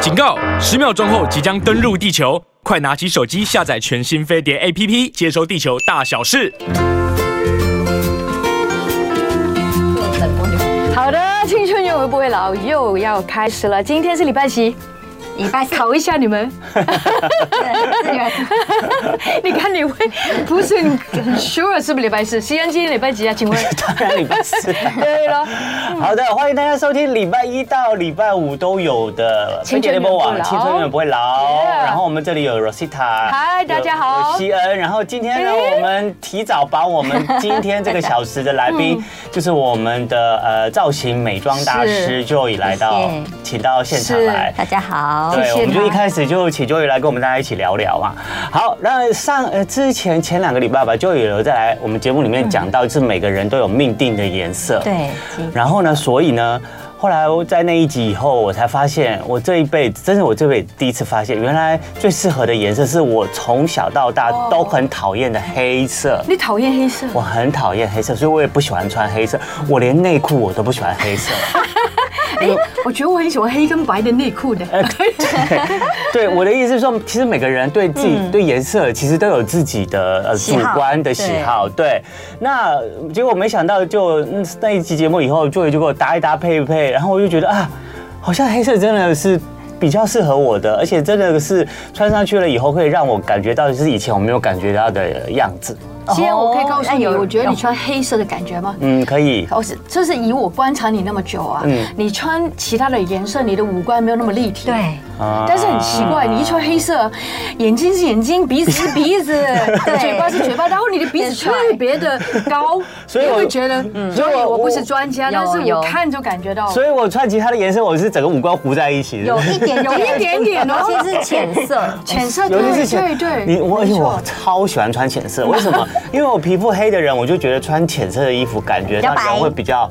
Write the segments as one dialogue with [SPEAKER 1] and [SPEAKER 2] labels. [SPEAKER 1] 警告！十秒钟后即将登陆地球，快拿起手机下载全新飞碟 APP，接收地球大小事。
[SPEAKER 2] 好的，青春永远不会老，又要开始了。今天是礼拜几？
[SPEAKER 3] 礼拜四，
[SPEAKER 2] 考一下你们。 你看你会不是你很 sure 是不是礼拜四？西安今天礼拜几啊？ 请问？
[SPEAKER 4] 当然礼拜四。
[SPEAKER 2] 对了，
[SPEAKER 4] 好的，欢迎大家收听礼拜一到礼拜五都有的
[SPEAKER 2] 青春
[SPEAKER 4] 飞碟
[SPEAKER 2] 永
[SPEAKER 4] 联
[SPEAKER 2] 远不老
[SPEAKER 4] 播网，青春永远不会老。
[SPEAKER 2] Yeah
[SPEAKER 4] 然后我们这里有 Rosita，
[SPEAKER 2] 嗨大家好
[SPEAKER 4] 有有西恩。然后今天呢，
[SPEAKER 2] 诶
[SPEAKER 4] 我们提早把我们今天这个小时的来宾，
[SPEAKER 2] 嗯
[SPEAKER 4] 就是我们的呃造型美妆大师 Joy 来到
[SPEAKER 3] 谢谢，
[SPEAKER 4] 请到现场
[SPEAKER 2] 嗯是
[SPEAKER 4] 来。
[SPEAKER 3] 大家好。
[SPEAKER 4] 对，
[SPEAKER 2] 谢
[SPEAKER 4] 我们就
[SPEAKER 2] 他
[SPEAKER 4] 一开始就请 Joy 来跟我们大家一起聊聊嘛。好，那上呃之前前两个礼拜吧，Joy 有在来我们节目里
[SPEAKER 2] 嗯
[SPEAKER 4] 面讲到，就是每个人都有命定的颜色。
[SPEAKER 3] 对，今
[SPEAKER 4] 然后呢，所以呢，后来我在那一集以后，我才发现，我这一辈子，真是我这辈子第一次发现，原来最适合的颜色是我从小到大都很讨厌的黑色。
[SPEAKER 2] 你讨厌黑 色？
[SPEAKER 4] 我很讨厌黑色，所以我也不喜欢穿黑色，我连内裤我都不喜欢黑色。
[SPEAKER 2] 哎，我觉得我很喜欢黑跟白的内 裤的。
[SPEAKER 4] 对，我的意思是说，其实每个人对自己、对颜色其实都有自己的呃
[SPEAKER 3] 嗯喜
[SPEAKER 4] 主
[SPEAKER 3] 好
[SPEAKER 4] 观的喜好。对，那结果没想到就嗯那一期节目以后，就就给我搭一搭配一配，然后我就觉得啊，好像黑色真的是。比较适合我的，而且真的是穿上去了以后，会让我感觉到就是以前我没有感觉到的样子。
[SPEAKER 2] 西安，我可以告诉
[SPEAKER 3] 那
[SPEAKER 2] 你，
[SPEAKER 3] 哦哎有
[SPEAKER 2] 我觉得
[SPEAKER 3] 有
[SPEAKER 2] 你穿黑色的感觉吗？
[SPEAKER 4] 嗯，可以。
[SPEAKER 2] 我是，就是以我观察你那么久啊，
[SPEAKER 4] 嗯
[SPEAKER 2] 你穿其他的颜色，你的五官没有那么立体。
[SPEAKER 3] 对
[SPEAKER 4] 啊
[SPEAKER 2] 但是很奇怪，你一穿黑色，眼睛是眼睛，鼻子是鼻子，嘴巴是嘴巴，然后你的鼻子特别的高，
[SPEAKER 4] 所以
[SPEAKER 2] 你
[SPEAKER 4] 我
[SPEAKER 2] 会觉得，所以
[SPEAKER 4] 所以我
[SPEAKER 2] 我不是专家，
[SPEAKER 3] 有
[SPEAKER 2] 但是我
[SPEAKER 3] 有
[SPEAKER 2] 看就感觉到，
[SPEAKER 4] 所以我穿其他的颜色，我是整个五官糊在一起的。
[SPEAKER 3] 有一 点，
[SPEAKER 2] 有一点点哦
[SPEAKER 3] 尤其是浅 色。
[SPEAKER 2] 浅色
[SPEAKER 4] 尤其
[SPEAKER 2] 对
[SPEAKER 4] 是浅，
[SPEAKER 2] 对对，
[SPEAKER 4] 你我而
[SPEAKER 2] 没
[SPEAKER 4] 且
[SPEAKER 2] 错
[SPEAKER 4] 我超喜欢穿浅色，为 什么？因为我皮肤黑的人，我就觉得穿浅色的衣服感觉
[SPEAKER 3] 比较
[SPEAKER 4] 到人
[SPEAKER 3] 白
[SPEAKER 4] 会比较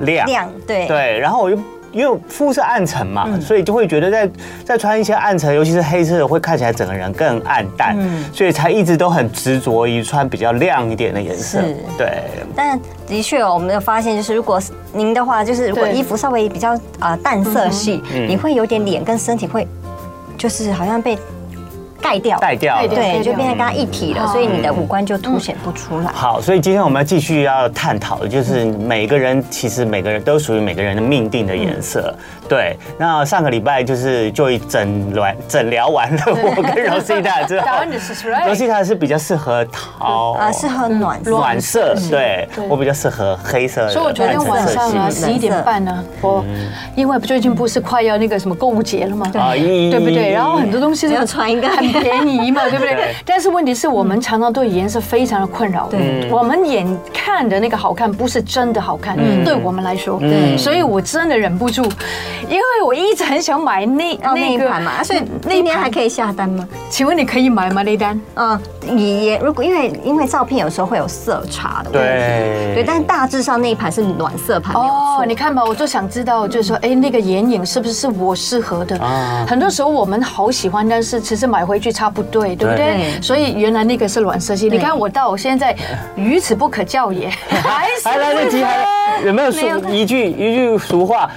[SPEAKER 4] 亮
[SPEAKER 3] 亮嗯对
[SPEAKER 4] 对，然后我又。因为肤是暗沉嘛，所以就会觉得在在穿一些暗沉，尤其是黑色的，会看起来整个人更暗淡，
[SPEAKER 3] 嗯
[SPEAKER 4] 所以才一直都很执着于穿比较亮一点的颜色
[SPEAKER 3] 是。
[SPEAKER 4] 对，
[SPEAKER 3] 但的确哦，我们有发现，就是如果是您的话，就是如果
[SPEAKER 2] 对
[SPEAKER 3] 衣服稍微比较呃淡色
[SPEAKER 2] 嗯
[SPEAKER 3] 系，你会有点脸跟身体会，就是好像被盖掉，
[SPEAKER 4] 带掉了。
[SPEAKER 2] 带掉嗯
[SPEAKER 3] 对，就变成跟它一体了，所以你的五官就凸显不出来。
[SPEAKER 4] 好，所以今天我们要继续要探讨的就是每个人其实每个人都属于每个人的命定的颜色。
[SPEAKER 2] 嗯
[SPEAKER 4] 对，那上个礼拜就是就一诊疗诊疗 完了我跟 Rosita 之后
[SPEAKER 2] 答案的是 right，
[SPEAKER 4] ，Rosita 是比较适合桃
[SPEAKER 2] 嗯
[SPEAKER 3] 啊，适合暖色。
[SPEAKER 4] 暖色，对
[SPEAKER 2] 对
[SPEAKER 4] 我比较适合黑色的，
[SPEAKER 2] 所以我昨天晚上啊，
[SPEAKER 4] 暗色系嗯
[SPEAKER 2] 十一点半呢，我因为最近不是快要那个什么购物节了嘛，
[SPEAKER 4] 啊一
[SPEAKER 2] 对不对？然后很多东西都
[SPEAKER 3] 要穿一个
[SPEAKER 2] 很便宜嘛，对不对
[SPEAKER 4] 对？
[SPEAKER 2] 但是问题是我们常常对颜色非常的困扰。
[SPEAKER 4] 嗯
[SPEAKER 3] 对
[SPEAKER 2] 我们眼看的那个好看不是真的好看，对我们来说，
[SPEAKER 4] 嗯
[SPEAKER 2] 所以我真的忍不住，因为我一直很想买那
[SPEAKER 3] 要那一
[SPEAKER 2] 个
[SPEAKER 3] 盘嘛，啊所以
[SPEAKER 2] 那
[SPEAKER 3] 那
[SPEAKER 2] 一
[SPEAKER 3] 年还
[SPEAKER 2] 盘，
[SPEAKER 3] 可以下单吗？
[SPEAKER 2] 请问你可以买吗？那一单？
[SPEAKER 3] 嗯，也也如果因为因为照片有时候会有色差的问
[SPEAKER 4] 对
[SPEAKER 3] 题，对，但是大致上那一盘是暖色盘，没有
[SPEAKER 2] 哦
[SPEAKER 3] 错，。
[SPEAKER 2] 你看吧，我就想知道，就是说，哎，那个眼影是不是我适合的？
[SPEAKER 4] 啊
[SPEAKER 2] 很多时候我们好喜欢，但是其实买回去差不对，对不对？
[SPEAKER 3] 对
[SPEAKER 2] 所以原来那个是暖色系。你
[SPEAKER 3] 对
[SPEAKER 2] 看我到现在孺子不可 教也，还是
[SPEAKER 4] 还来得及，还有没有俗一句一句俗话，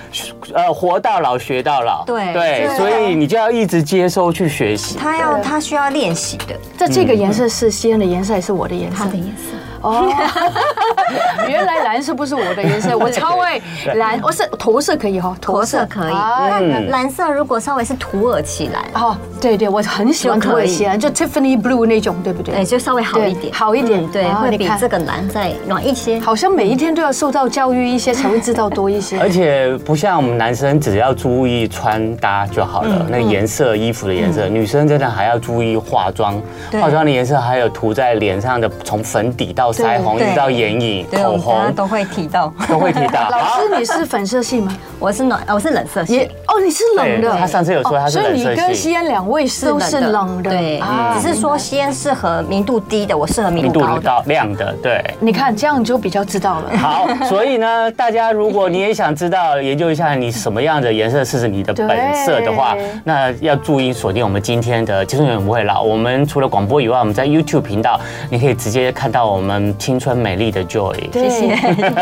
[SPEAKER 4] 呃，活到老学到老。
[SPEAKER 3] 对
[SPEAKER 4] 对，
[SPEAKER 2] 对
[SPEAKER 4] 所以你就要一直接收去学习。
[SPEAKER 3] 它要它需要练习的，
[SPEAKER 2] 这这个颜色是西安的颜色还是我的颜色
[SPEAKER 3] 它？的颜色。
[SPEAKER 2] 哦， 原来蓝色不是我的颜色，我超爱蓝，我是驼色可以哈，
[SPEAKER 3] 驼色可以，嗯
[SPEAKER 2] 啊
[SPEAKER 3] 那
[SPEAKER 4] 嗯
[SPEAKER 3] 蓝色如果稍微是土耳其蓝，
[SPEAKER 2] 哦，对对，我很喜欢
[SPEAKER 3] 就可以
[SPEAKER 2] 土耳其蓝，就 Tiffany blue 那种，对不
[SPEAKER 3] 对，
[SPEAKER 2] 对？
[SPEAKER 3] 哎就稍微好一
[SPEAKER 2] 对
[SPEAKER 3] 点，
[SPEAKER 2] 好一点
[SPEAKER 3] 嗯对，
[SPEAKER 2] 哦
[SPEAKER 3] 会
[SPEAKER 2] 你
[SPEAKER 3] 比
[SPEAKER 2] 看
[SPEAKER 3] 这个蓝再暖一些。
[SPEAKER 2] 好像每一天都要受到教育一些，才会知道多一些。
[SPEAKER 4] 而且不像我们男生，只要注意穿搭就好
[SPEAKER 3] 嗯
[SPEAKER 4] 了，那颜色、衣服的颜色，女生真的还要注意化妆，
[SPEAKER 3] 对
[SPEAKER 4] 化妆的颜色还有涂在脸上的，从粉底到腮红，一
[SPEAKER 3] 对
[SPEAKER 4] 直到眼影、
[SPEAKER 3] 对，我
[SPEAKER 4] 口
[SPEAKER 3] 们大家
[SPEAKER 4] 红
[SPEAKER 3] 都会提到，
[SPEAKER 4] 都会提 到。
[SPEAKER 2] 老师，你是粉色系吗？
[SPEAKER 3] 我是暖，哦我是冷色
[SPEAKER 2] 也
[SPEAKER 3] 系，
[SPEAKER 2] 哦，你是冷的。
[SPEAKER 4] 对他上次有说他是
[SPEAKER 2] 哦所以你
[SPEAKER 4] 冷色系
[SPEAKER 2] 跟西安两位是都是冷的。
[SPEAKER 3] 对
[SPEAKER 2] 啊，
[SPEAKER 3] 只是嗯说西安适合明度低的，我适合明
[SPEAKER 4] 明
[SPEAKER 3] 度
[SPEAKER 4] 度
[SPEAKER 3] 高的。
[SPEAKER 4] 到亮的，对。
[SPEAKER 2] 你看这样就比较知道了。
[SPEAKER 4] 好，所以呢，大家如果你也想知道研究一下你什么样的颜色是你的本色的话
[SPEAKER 2] 对，
[SPEAKER 4] 那要注意锁定我们今天的《青春永远不会老》。我们除了广播以外，我们在 YouTube 频道，你可以直接看到我们青春美丽的 Joy。
[SPEAKER 2] 对
[SPEAKER 3] 谢谢，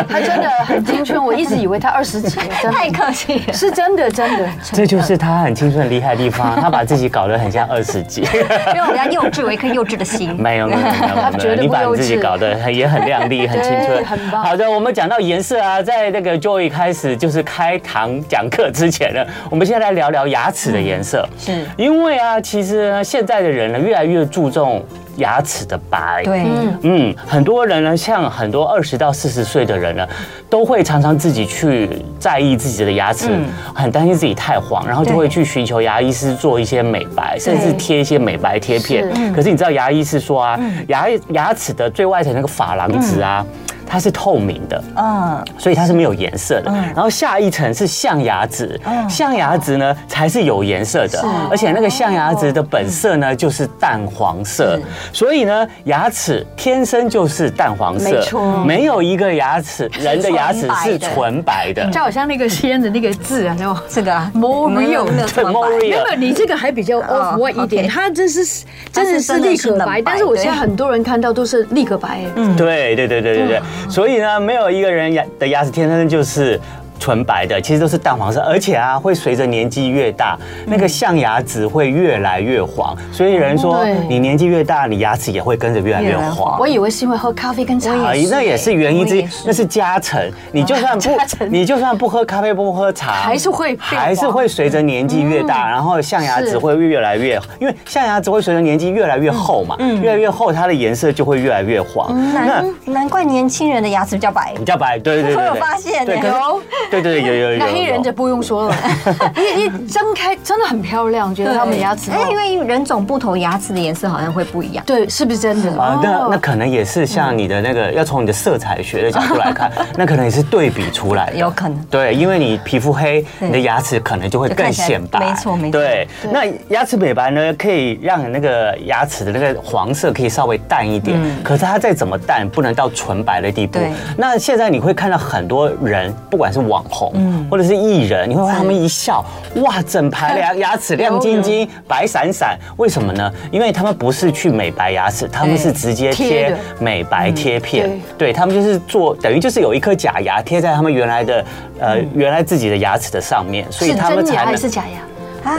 [SPEAKER 2] 他真的很青春，我一直以为他二十几了，真的。
[SPEAKER 3] 太客气了。
[SPEAKER 2] 是真的，真的。
[SPEAKER 4] 这就是他很青春很厉害的地方，他把自己搞得很像二十几。
[SPEAKER 3] 因为我们要幼稚，我一颗幼稚的心。
[SPEAKER 4] 没有没有没有
[SPEAKER 2] 他
[SPEAKER 4] 没
[SPEAKER 2] 绝
[SPEAKER 4] 有，
[SPEAKER 2] 对
[SPEAKER 4] 你
[SPEAKER 2] 不
[SPEAKER 4] 把
[SPEAKER 2] 幼
[SPEAKER 4] 你自己
[SPEAKER 2] 稚
[SPEAKER 4] 搞得很也很靓丽，很青春，
[SPEAKER 2] 对很棒
[SPEAKER 4] 好的，我们讲到颜色啊，在那个 Joy 开始就是开堂讲课之前呢，我们先来聊聊牙齿的颜色，
[SPEAKER 3] 是
[SPEAKER 4] 因为啊，其实呢，现在的人呢，越来越注重牙齿的白。
[SPEAKER 3] 对，
[SPEAKER 4] 嗯，很多人呢，像很多二十到四十岁的人呢，都会常常自己去在意自己的牙齿，很担心自己太黄，然后
[SPEAKER 3] 嗯
[SPEAKER 4] 就
[SPEAKER 3] 对
[SPEAKER 4] 会去寻求牙医师做一些美白，甚至贴一些美白贴片
[SPEAKER 2] 是。
[SPEAKER 3] 嗯
[SPEAKER 4] 可是你知道牙医是说啊，牙牙齿的最外层那个珐琅质啊。它是透明的，
[SPEAKER 3] 嗯，
[SPEAKER 4] 所以它是没有颜色的。然后下一层是象牙质，象牙质呢才是有颜色的，而且那个象牙质的本色呢就是淡黄色，所以呢牙齿天生就是淡黄色，
[SPEAKER 2] 没错
[SPEAKER 4] 没有一个牙齿人的牙齿是纯白的。
[SPEAKER 2] 就好像那个先的那个字啊，叫
[SPEAKER 3] 是的啊
[SPEAKER 2] More
[SPEAKER 3] 没有
[SPEAKER 2] real
[SPEAKER 3] 没有这么白
[SPEAKER 4] More real
[SPEAKER 2] 没有，你这个还比较 off white 一点，
[SPEAKER 3] OK
[SPEAKER 2] 它这是
[SPEAKER 3] 它
[SPEAKER 2] 真的
[SPEAKER 3] 是
[SPEAKER 2] 是
[SPEAKER 3] 真的
[SPEAKER 2] 立
[SPEAKER 3] 是
[SPEAKER 2] 可
[SPEAKER 3] 冷
[SPEAKER 2] 白，
[SPEAKER 3] 白
[SPEAKER 2] 但是我现在
[SPEAKER 3] 对
[SPEAKER 2] 很多人看到都是立可白，嗯，
[SPEAKER 4] 对对对对对对，所以呢，没有一个人牙的牙齿天生就是。纯白的其实都是淡黄色，而且啊，会随着年纪越大，
[SPEAKER 2] 嗯
[SPEAKER 4] 那个象牙质会越来越黄。所以人说
[SPEAKER 2] 哦对，
[SPEAKER 4] 你年纪越大，你牙齿也会跟着越来越
[SPEAKER 3] 越来越
[SPEAKER 4] 黄
[SPEAKER 3] 黄。
[SPEAKER 2] 我以为是因为喝咖啡跟茶，
[SPEAKER 4] 啊，那也是原因之一
[SPEAKER 3] 我也，是
[SPEAKER 4] 那是加成。你就算不
[SPEAKER 2] 加，成
[SPEAKER 4] 你就算不喝咖啡，不喝茶，
[SPEAKER 2] 还是会变黄嗯
[SPEAKER 4] 还是会随着年纪越大，然后象牙质
[SPEAKER 2] 是
[SPEAKER 4] 会越来越，因为象牙质会随着年纪越来越厚嘛，
[SPEAKER 2] 嗯
[SPEAKER 4] 越来越厚，它的颜色就会越来越黄。那
[SPEAKER 3] 难难怪年轻人的牙齿比较白
[SPEAKER 4] 比。较白，对对对
[SPEAKER 3] 我
[SPEAKER 4] 对，
[SPEAKER 3] 有发现
[SPEAKER 4] 对，
[SPEAKER 3] 欸
[SPEAKER 4] 可是
[SPEAKER 2] 有
[SPEAKER 4] 对对对，有有有有。
[SPEAKER 2] 那黑人就不用说了， 一一睁开真的很漂亮，觉得他们牙齿都，
[SPEAKER 3] 哎，因为人种不同，牙齿的颜色好像会不一样。
[SPEAKER 2] 对，是不是真的？
[SPEAKER 4] 啊，那
[SPEAKER 2] 哦
[SPEAKER 4] 那可能也是像你的那个，要从你的色彩学的角度来看，那可能也是对比出来的，
[SPEAKER 3] 嗯有可能
[SPEAKER 4] 对，因为你皮肤黑，
[SPEAKER 3] 对
[SPEAKER 4] 你的牙齿可能就会
[SPEAKER 3] 就
[SPEAKER 4] 更
[SPEAKER 3] 看起来
[SPEAKER 4] 显白，
[SPEAKER 3] 没错没错
[SPEAKER 4] 对，
[SPEAKER 2] 对
[SPEAKER 4] 那牙齿美白呢，可以让那个牙齿的那个黄色可以稍微淡一点，可是它再怎么淡，不能到纯白的地步
[SPEAKER 3] 嗯对。
[SPEAKER 4] 那现在你会看到很多人，不管是网
[SPEAKER 3] 嗯
[SPEAKER 4] 红或者是艺人，你会看他们一笑，哇，整 排的牙牙齿亮晶晶、白闪闪，为什么呢？因为他们不是去美白牙齿，他们是
[SPEAKER 3] 对
[SPEAKER 4] 直接
[SPEAKER 2] 哎贴
[SPEAKER 4] 贴
[SPEAKER 2] 的
[SPEAKER 4] 美白贴片，
[SPEAKER 2] 嗯
[SPEAKER 4] 对他们就是做等于就是有一颗假牙贴在他们原来的呃、原来自己的牙齿的上面，所以
[SPEAKER 2] 嗯是
[SPEAKER 4] 他们
[SPEAKER 2] 真牙
[SPEAKER 4] 才
[SPEAKER 2] 还
[SPEAKER 4] 能
[SPEAKER 2] 是假牙？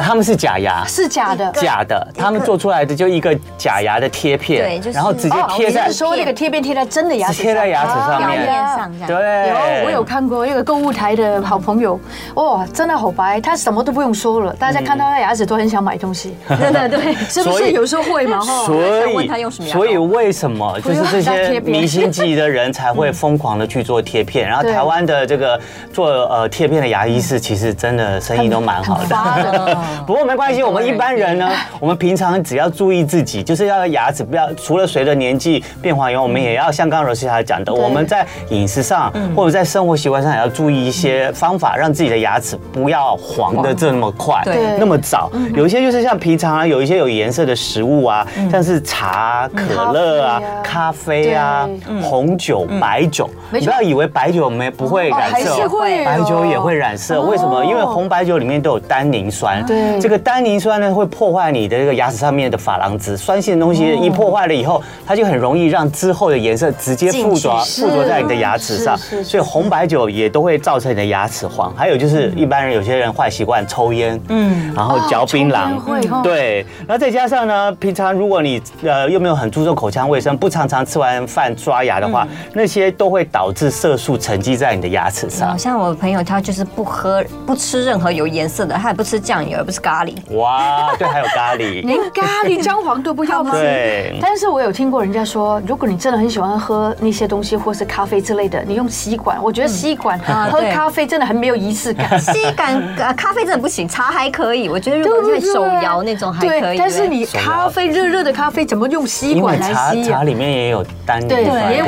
[SPEAKER 4] 他们是假牙。
[SPEAKER 2] 是假的。
[SPEAKER 4] 假的，他们做出来的就一个假牙的贴片，
[SPEAKER 3] 对就是
[SPEAKER 4] 然后直接
[SPEAKER 2] 哦，
[SPEAKER 4] 贴在
[SPEAKER 2] 你是说那个贴片贴在真的牙齿上？哦
[SPEAKER 4] 贴在牙齿上面哎
[SPEAKER 3] 表面上这样
[SPEAKER 4] 对，
[SPEAKER 2] 有，我有看过那个购物台的好朋友，哇，真的好白，他什么都不用说了，大家看到他牙齿都很想买东西，真的对，是不
[SPEAKER 4] 所以
[SPEAKER 2] 是有时候会嘛？哈，
[SPEAKER 4] 所
[SPEAKER 3] 想问他
[SPEAKER 4] 以
[SPEAKER 3] 用什么牙膏
[SPEAKER 4] 所以为什么就
[SPEAKER 2] 不用
[SPEAKER 4] 是这些
[SPEAKER 2] 贴片
[SPEAKER 4] 明星级的人才会疯狂的去做贴 片，然后
[SPEAKER 3] 嗯
[SPEAKER 2] 对
[SPEAKER 4] 台湾的这个做呃贴片的牙医是其实真的生意都蛮好的，
[SPEAKER 2] 发的，
[SPEAKER 4] 不过没关系，我们一般人呢，我们平常只要注意自己，就是要牙齿不要除了随着年纪变黄以后，我们也要像刚刚罗西塔讲的，
[SPEAKER 2] 对嗯
[SPEAKER 4] 我们在饮食上或者在生活习惯上也要注意一些方法，让自己的牙齿不要黄的这么快，
[SPEAKER 3] 对
[SPEAKER 4] 那么早。
[SPEAKER 2] 嗯
[SPEAKER 4] 有一些就是像平常啊，有一些有颜色的食物啊，像是茶啊、可乐啊、咖
[SPEAKER 2] 咖
[SPEAKER 4] 啡啊、红酒、白酒，
[SPEAKER 2] 嗯没错
[SPEAKER 4] 你不要以为白酒没不会
[SPEAKER 2] 哦
[SPEAKER 4] 染
[SPEAKER 2] 还
[SPEAKER 4] 色
[SPEAKER 2] 是
[SPEAKER 4] 哦，
[SPEAKER 2] 会哦
[SPEAKER 4] 白酒也会染色，为什么？
[SPEAKER 2] 哦
[SPEAKER 4] 因为红。红白酒里面都有单宁酸，
[SPEAKER 2] 对
[SPEAKER 4] 这个单宁酸呢会破坏你的这个牙齿上面的珐琅质，酸性的东
[SPEAKER 2] 哦
[SPEAKER 4] 西一破坏了以后，它就很容易让之后的颜色直接附着
[SPEAKER 3] 进去
[SPEAKER 4] 附着在你的牙齿上，
[SPEAKER 2] 是是是
[SPEAKER 4] 所以红白酒也都会造成你的牙齿黄。还有就是一般人有些人坏习惯抽烟，嗯，然后嚼槟榔
[SPEAKER 2] 嗯哦抽烟会哦，
[SPEAKER 4] 对，然后再加上呢，平常如果你呃又没有很注重口腔卫生，不常常吃完饭刷牙的话，
[SPEAKER 2] 嗯
[SPEAKER 4] 那些都会导致色素沉积在你的牙齿上
[SPEAKER 2] 哦
[SPEAKER 3] 好。像我朋友他就是不喝、不吃任何有颜色的，他也不吃酱油，也不吃咖喱。
[SPEAKER 4] 哇，对，还有 咖喱。
[SPEAKER 2] 连咖喱姜黄都不要吗？
[SPEAKER 4] 对
[SPEAKER 2] 但是我有听过人家说，如果你真的很喜欢喝那些东西或是咖啡之类的，你用吸管，我觉得吸管
[SPEAKER 3] 啊
[SPEAKER 2] 喝
[SPEAKER 3] 对
[SPEAKER 2] 咖啡真的很没有仪式感。
[SPEAKER 3] 吸感呃咖啡真的不行，茶还可以，我觉得如果因为手摇那种还可以。
[SPEAKER 2] 对，但是你
[SPEAKER 4] 手摇
[SPEAKER 2] 咖啡热热的咖啡怎么用吸
[SPEAKER 4] 因为
[SPEAKER 2] 管来
[SPEAKER 4] 茶
[SPEAKER 2] 吸
[SPEAKER 4] 茶
[SPEAKER 2] 呀？
[SPEAKER 4] 里面也有单宁
[SPEAKER 2] 对
[SPEAKER 4] 酸
[SPEAKER 2] 也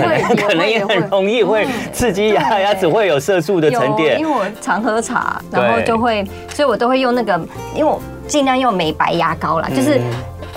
[SPEAKER 2] 会也
[SPEAKER 4] 可能可能
[SPEAKER 2] 会
[SPEAKER 4] 也
[SPEAKER 2] 也
[SPEAKER 4] 很
[SPEAKER 2] 会嗯
[SPEAKER 4] 容易会刺激牙
[SPEAKER 3] 对
[SPEAKER 4] 牙齿会有色素的
[SPEAKER 3] 有
[SPEAKER 4] 沉淀
[SPEAKER 3] 因为。我常喝茶，然后
[SPEAKER 4] 对
[SPEAKER 3] 就会，所以我都会用那个，因为我尽量用美白牙膏啦，就是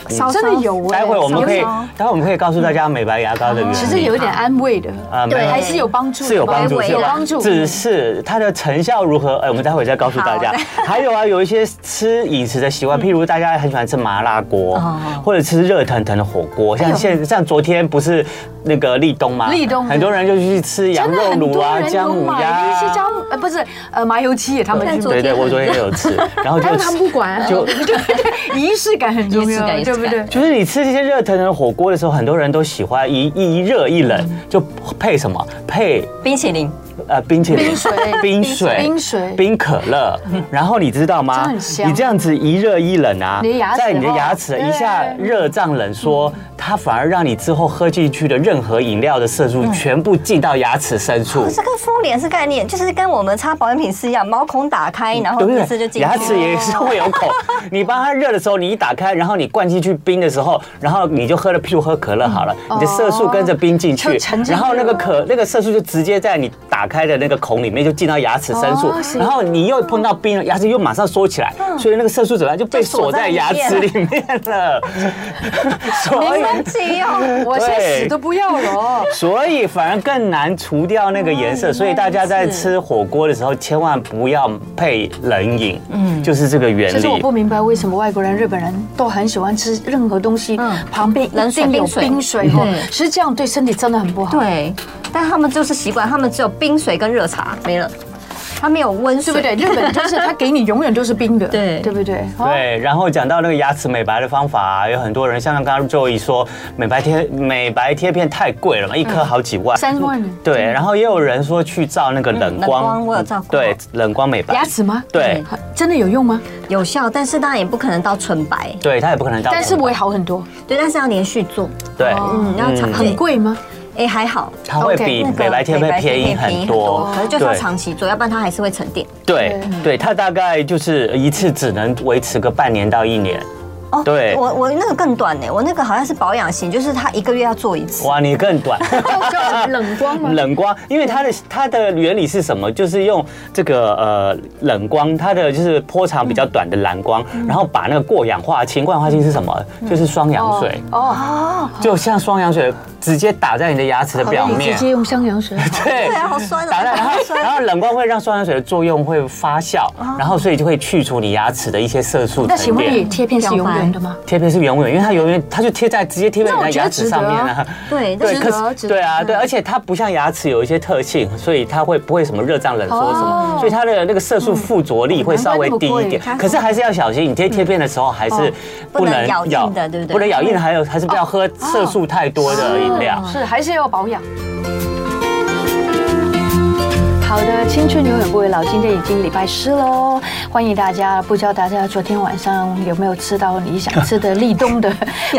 [SPEAKER 3] 稍稍
[SPEAKER 2] 真的有哎，
[SPEAKER 4] 待会我们可以
[SPEAKER 2] 有
[SPEAKER 3] 少，
[SPEAKER 4] 待会我们可以告诉大家美白牙膏的原理。
[SPEAKER 2] 其实有一点安慰的
[SPEAKER 4] 啊没有
[SPEAKER 2] 对，还是有帮助的，
[SPEAKER 4] 是有帮助，
[SPEAKER 3] 微
[SPEAKER 4] 是
[SPEAKER 3] 微
[SPEAKER 2] 有
[SPEAKER 3] 的
[SPEAKER 2] 帮助。
[SPEAKER 4] 只是它的成效如何，哎，我们待会再告诉大家
[SPEAKER 3] 好。
[SPEAKER 4] 还有啊，有一些吃饮食的习
[SPEAKER 2] 嗯
[SPEAKER 4] 惯，譬如大家很喜欢吃麻辣锅
[SPEAKER 3] 哦，
[SPEAKER 4] 或者吃热腾腾的火锅。像现像昨天不是那个立冬吗？
[SPEAKER 2] 哎立冬
[SPEAKER 4] 很多人就去吃羊
[SPEAKER 2] 真的
[SPEAKER 4] 肉
[SPEAKER 2] 很
[SPEAKER 4] 卤
[SPEAKER 2] 多
[SPEAKER 4] 啊、
[SPEAKER 2] 人
[SPEAKER 4] 姜
[SPEAKER 2] 有
[SPEAKER 4] 母
[SPEAKER 2] 买
[SPEAKER 4] 鸭
[SPEAKER 2] 那些
[SPEAKER 4] 啊。
[SPEAKER 2] 姜呃，不是呃麻油鸡，他们
[SPEAKER 3] 但
[SPEAKER 2] 去
[SPEAKER 3] 昨
[SPEAKER 2] 买
[SPEAKER 3] 天
[SPEAKER 4] 对对，
[SPEAKER 3] 很
[SPEAKER 4] 我昨天也有 吃，然后就
[SPEAKER 2] 但他们不管，
[SPEAKER 4] 就
[SPEAKER 2] 对对对，仪式感很重
[SPEAKER 5] 仪式
[SPEAKER 2] 要，
[SPEAKER 5] 感仪式
[SPEAKER 2] 对不对？
[SPEAKER 5] 感
[SPEAKER 4] 就是你吃这些热腾腾的火锅的时候，很多人都喜欢一一热一冷，
[SPEAKER 2] 嗯
[SPEAKER 4] 就配什么配
[SPEAKER 3] 冰淇淋，
[SPEAKER 4] 呃冰淇淋、
[SPEAKER 2] 冰水
[SPEAKER 4] 冰水、
[SPEAKER 2] 冰水
[SPEAKER 4] 冰可乐。然后你知道
[SPEAKER 2] 真
[SPEAKER 4] 吗
[SPEAKER 2] 的很？香
[SPEAKER 4] 你这样子一热一冷啊
[SPEAKER 2] 你的牙，齿
[SPEAKER 4] 在你的
[SPEAKER 2] 哦
[SPEAKER 4] 牙齿一下
[SPEAKER 2] 对嗯
[SPEAKER 4] 热胀冷缩，它反而让你之后喝进去的任何饮料的色素
[SPEAKER 2] 嗯
[SPEAKER 4] 全部进到牙齿深处
[SPEAKER 3] 哦。这个敷脸是概念，就是跟我们擦保养品是一样，毛孔打开，然后
[SPEAKER 4] 嗯对
[SPEAKER 3] 哦一
[SPEAKER 4] 不
[SPEAKER 3] 次就
[SPEAKER 4] 对？
[SPEAKER 3] 进去了。
[SPEAKER 4] 牙齿也是会有孔，你帮它热的时候，你一打开，然后你灌进去冰的时候，然后你就喝了，譬如喝可乐好了，你的色素跟着冰进
[SPEAKER 2] 就
[SPEAKER 4] 去
[SPEAKER 2] 沉，进去
[SPEAKER 4] 然后那个
[SPEAKER 2] 了
[SPEAKER 4] 可那个色素就直接在你打开的那个孔里面就进到牙齿深处
[SPEAKER 2] 哦，是
[SPEAKER 4] 然后你又碰到冰了，牙齿又马上缩起来，所以那个色素怎么样就被
[SPEAKER 3] 就锁
[SPEAKER 4] 锁在
[SPEAKER 3] 在
[SPEAKER 4] 牙
[SPEAKER 3] 里面
[SPEAKER 4] 齿里面了。所以
[SPEAKER 3] 好神奇哦！
[SPEAKER 2] 我现在屎都不要了哦。
[SPEAKER 4] 所以反而更难除掉那个颜色，所以大家在吃火锅的时候千万不要配冷饮，嗯，就是这个原
[SPEAKER 2] 其实我
[SPEAKER 4] 理。
[SPEAKER 2] 不明白为什么外国人、日本人都很喜欢吃任何东西，旁边一
[SPEAKER 5] 嗯冷水
[SPEAKER 2] 定有
[SPEAKER 5] 冰水
[SPEAKER 2] 冰水哦
[SPEAKER 5] 嗯。
[SPEAKER 2] 其实这样对身体真的很不好。
[SPEAKER 3] 对，但他们就是习惯，他们只有冰水跟热茶没了，他没有温
[SPEAKER 2] 对
[SPEAKER 3] 水，
[SPEAKER 2] 不对？日本就是他给你永远都是 冰的，
[SPEAKER 3] 对
[SPEAKER 2] 对不对？哦，
[SPEAKER 4] 对，然后讲到那个牙齿美白的方法、啊，有很多人像刚刚 Joey 说，美白贴美白贴片太贵了嘛，一颗好几万。
[SPEAKER 2] 三万
[SPEAKER 4] 对，然后也有人说去照那个冷
[SPEAKER 3] 嗯冷
[SPEAKER 4] 光，
[SPEAKER 3] 光我有照过
[SPEAKER 4] 对，冷光美白
[SPEAKER 2] 牙齿吗？
[SPEAKER 4] 对，
[SPEAKER 2] 真的有用吗？
[SPEAKER 3] 有效，但是当然也不可能到纯白，
[SPEAKER 4] 对，它也不可能照。
[SPEAKER 2] 但是我也好很多，
[SPEAKER 3] 对，但是要连续做，
[SPEAKER 4] 对，
[SPEAKER 3] 嗯，要长
[SPEAKER 2] 很，贵吗？
[SPEAKER 3] 哎还好，
[SPEAKER 4] 它会
[SPEAKER 2] OK，
[SPEAKER 4] 比
[SPEAKER 3] 那个
[SPEAKER 4] 嗯美白贴片便宜很多。
[SPEAKER 3] 可是就是要
[SPEAKER 4] 对
[SPEAKER 3] 长期做，要不然它还是会沉淀。
[SPEAKER 4] 对对，它大概就是一次只能维持个半年到一年。
[SPEAKER 3] 哦
[SPEAKER 4] 对
[SPEAKER 3] 我我那个更短呢，我那个好像是保养型，就是它一个月要做一次。
[SPEAKER 4] 哇，你更短。
[SPEAKER 2] 叫叫什么冷光吗？
[SPEAKER 4] 冷光，因为它的它的原理是什么？就是用这个呃冷光，它的就是波长比较短的蓝光，
[SPEAKER 2] 嗯
[SPEAKER 4] 然后把那个过氧化氢，过氧化氢是什么？就是双氧水，
[SPEAKER 2] 哦，
[SPEAKER 4] 就像双氧水直接打在你的牙齿的
[SPEAKER 2] 好
[SPEAKER 4] 表
[SPEAKER 2] 的，你直
[SPEAKER 4] 面。
[SPEAKER 2] 接用香阳水好了。
[SPEAKER 4] 对
[SPEAKER 3] 对啊，好酸
[SPEAKER 4] 打在，然
[SPEAKER 3] 哦，
[SPEAKER 4] 后然后冷光会让双氧水的作用会发酵，然后所以就会去除你牙齿的一些色素
[SPEAKER 2] 哦那请
[SPEAKER 4] 沉
[SPEAKER 2] 问你
[SPEAKER 4] 淀。
[SPEAKER 2] 贴片是永远的吗？
[SPEAKER 4] 贴片是永远，因为它永远它就贴在直接贴在
[SPEAKER 2] 那
[SPEAKER 4] 你
[SPEAKER 2] 我
[SPEAKER 4] 的
[SPEAKER 2] 觉得
[SPEAKER 4] 牙齿
[SPEAKER 2] 值得
[SPEAKER 4] 上面
[SPEAKER 2] 啊
[SPEAKER 4] 啊。
[SPEAKER 3] 对，但
[SPEAKER 4] 对，
[SPEAKER 3] 是嗯
[SPEAKER 4] 可
[SPEAKER 2] 得
[SPEAKER 4] 是
[SPEAKER 2] 值
[SPEAKER 4] 对啊，
[SPEAKER 2] 得
[SPEAKER 4] 对，而且它不像牙齿有一些特性，所以它会不会什么热胀冷缩什么，
[SPEAKER 2] 哦
[SPEAKER 4] 所以它的那个色素附着力会稍微低一点
[SPEAKER 2] 难怪那么贵。
[SPEAKER 3] 它
[SPEAKER 4] 可是还是要小心，你贴贴片的时候还是
[SPEAKER 3] 不能咬硬的对不对
[SPEAKER 4] 不能咬硬的，还有还是不要喝色素太多的饮料。
[SPEAKER 2] 是还是要保养。好的，青春永远不会老。今天已经礼拜四喽，欢迎大家。不知道大家昨天晚上有没有吃到你想吃的立冬的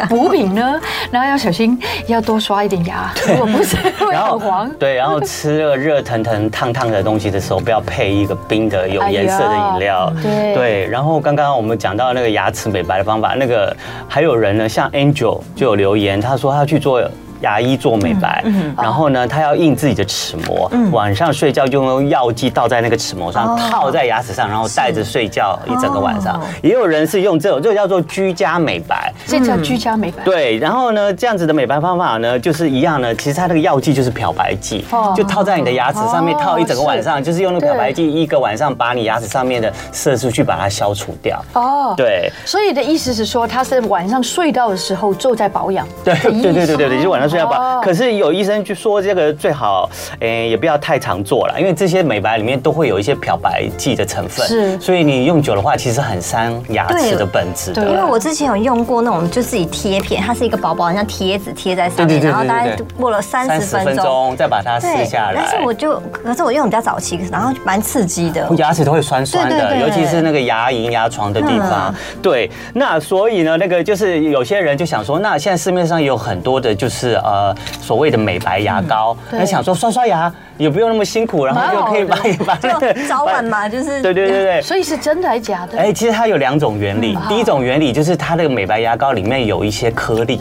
[SPEAKER 2] 补品呢？然后要小心，要多刷一点牙，如果不是会
[SPEAKER 4] 然后
[SPEAKER 2] 很黄。
[SPEAKER 4] 对，然后吃了热腾腾、烫烫的东西的时候，不要配一个冰的有颜色的饮料。
[SPEAKER 2] 哎呀对
[SPEAKER 4] 然后刚刚我们讲到那个牙齿美白的方法，那个还有人呢，像 Angel 就有留言，他说他去做。牙医做美白，然后呢，他要印自己的齿模，晚上睡觉就用药剂倒在那个齿模上，套在牙齿上，然后戴着睡觉一整个晚上
[SPEAKER 3] 哦。
[SPEAKER 4] 也有人是用这种，这个叫做居家美白，
[SPEAKER 2] 这叫居家美白。
[SPEAKER 4] 嗯对，然后呢，这样子的美白方法呢，就是一样呢。其实它那个药剂就是漂白剂
[SPEAKER 2] 哦，
[SPEAKER 4] 就套在你的牙齿上面，
[SPEAKER 2] 哦
[SPEAKER 4] 套一整个晚上，就是用那个
[SPEAKER 2] 对
[SPEAKER 4] 漂白剂一个晚上把你牙齿上面的色素去把它消除掉。
[SPEAKER 2] 哦，。
[SPEAKER 4] 对，
[SPEAKER 2] 所以你的意思是说，他是晚上睡觉的时候就在保养。
[SPEAKER 4] 对
[SPEAKER 2] 的意
[SPEAKER 4] 对对对对
[SPEAKER 2] 思
[SPEAKER 4] 对，就是晚上睡觉吧。
[SPEAKER 2] 哦
[SPEAKER 4] 可是有医生就说这个最好，诶、也不要太常做了，因为这些美白里面都会有一些漂白剂的成分，
[SPEAKER 2] 是
[SPEAKER 4] 所以你用久的话，其实很伤牙齿
[SPEAKER 3] 对
[SPEAKER 4] 的本质
[SPEAKER 2] 对
[SPEAKER 4] 的。
[SPEAKER 3] 因为我之前有用过那种，就自己贴片，它是一个薄薄的，像贴纸贴在上面，
[SPEAKER 4] 对对对对
[SPEAKER 3] 然后大概
[SPEAKER 4] 对对
[SPEAKER 3] 过了三
[SPEAKER 4] 三
[SPEAKER 3] 十
[SPEAKER 4] 十
[SPEAKER 3] 分
[SPEAKER 4] 分
[SPEAKER 3] 钟。
[SPEAKER 4] 钟再把它撕下来。
[SPEAKER 3] 但是我就，可是我用得比较早期，然后蛮刺激 的。
[SPEAKER 4] 牙齿都会酸酸的，
[SPEAKER 3] 对对对嗯
[SPEAKER 4] 尤其是那个牙龈、牙床的地方。对，那所以呢，那个就是有些人就想说，那现在市面上有很多的，就是呃所谓的美白
[SPEAKER 3] 嗯
[SPEAKER 4] 牙膏，
[SPEAKER 2] 对
[SPEAKER 4] 那想说刷刷牙也不用那么辛苦，然后又可以把把 那个
[SPEAKER 3] 就早晚 嘛，嗯就是
[SPEAKER 4] 对对 对对。
[SPEAKER 2] 所以是真的还是假的？
[SPEAKER 4] 哎，其实它有两种原理。第一种原理就是它的美白牙膏里面有一些颗粒，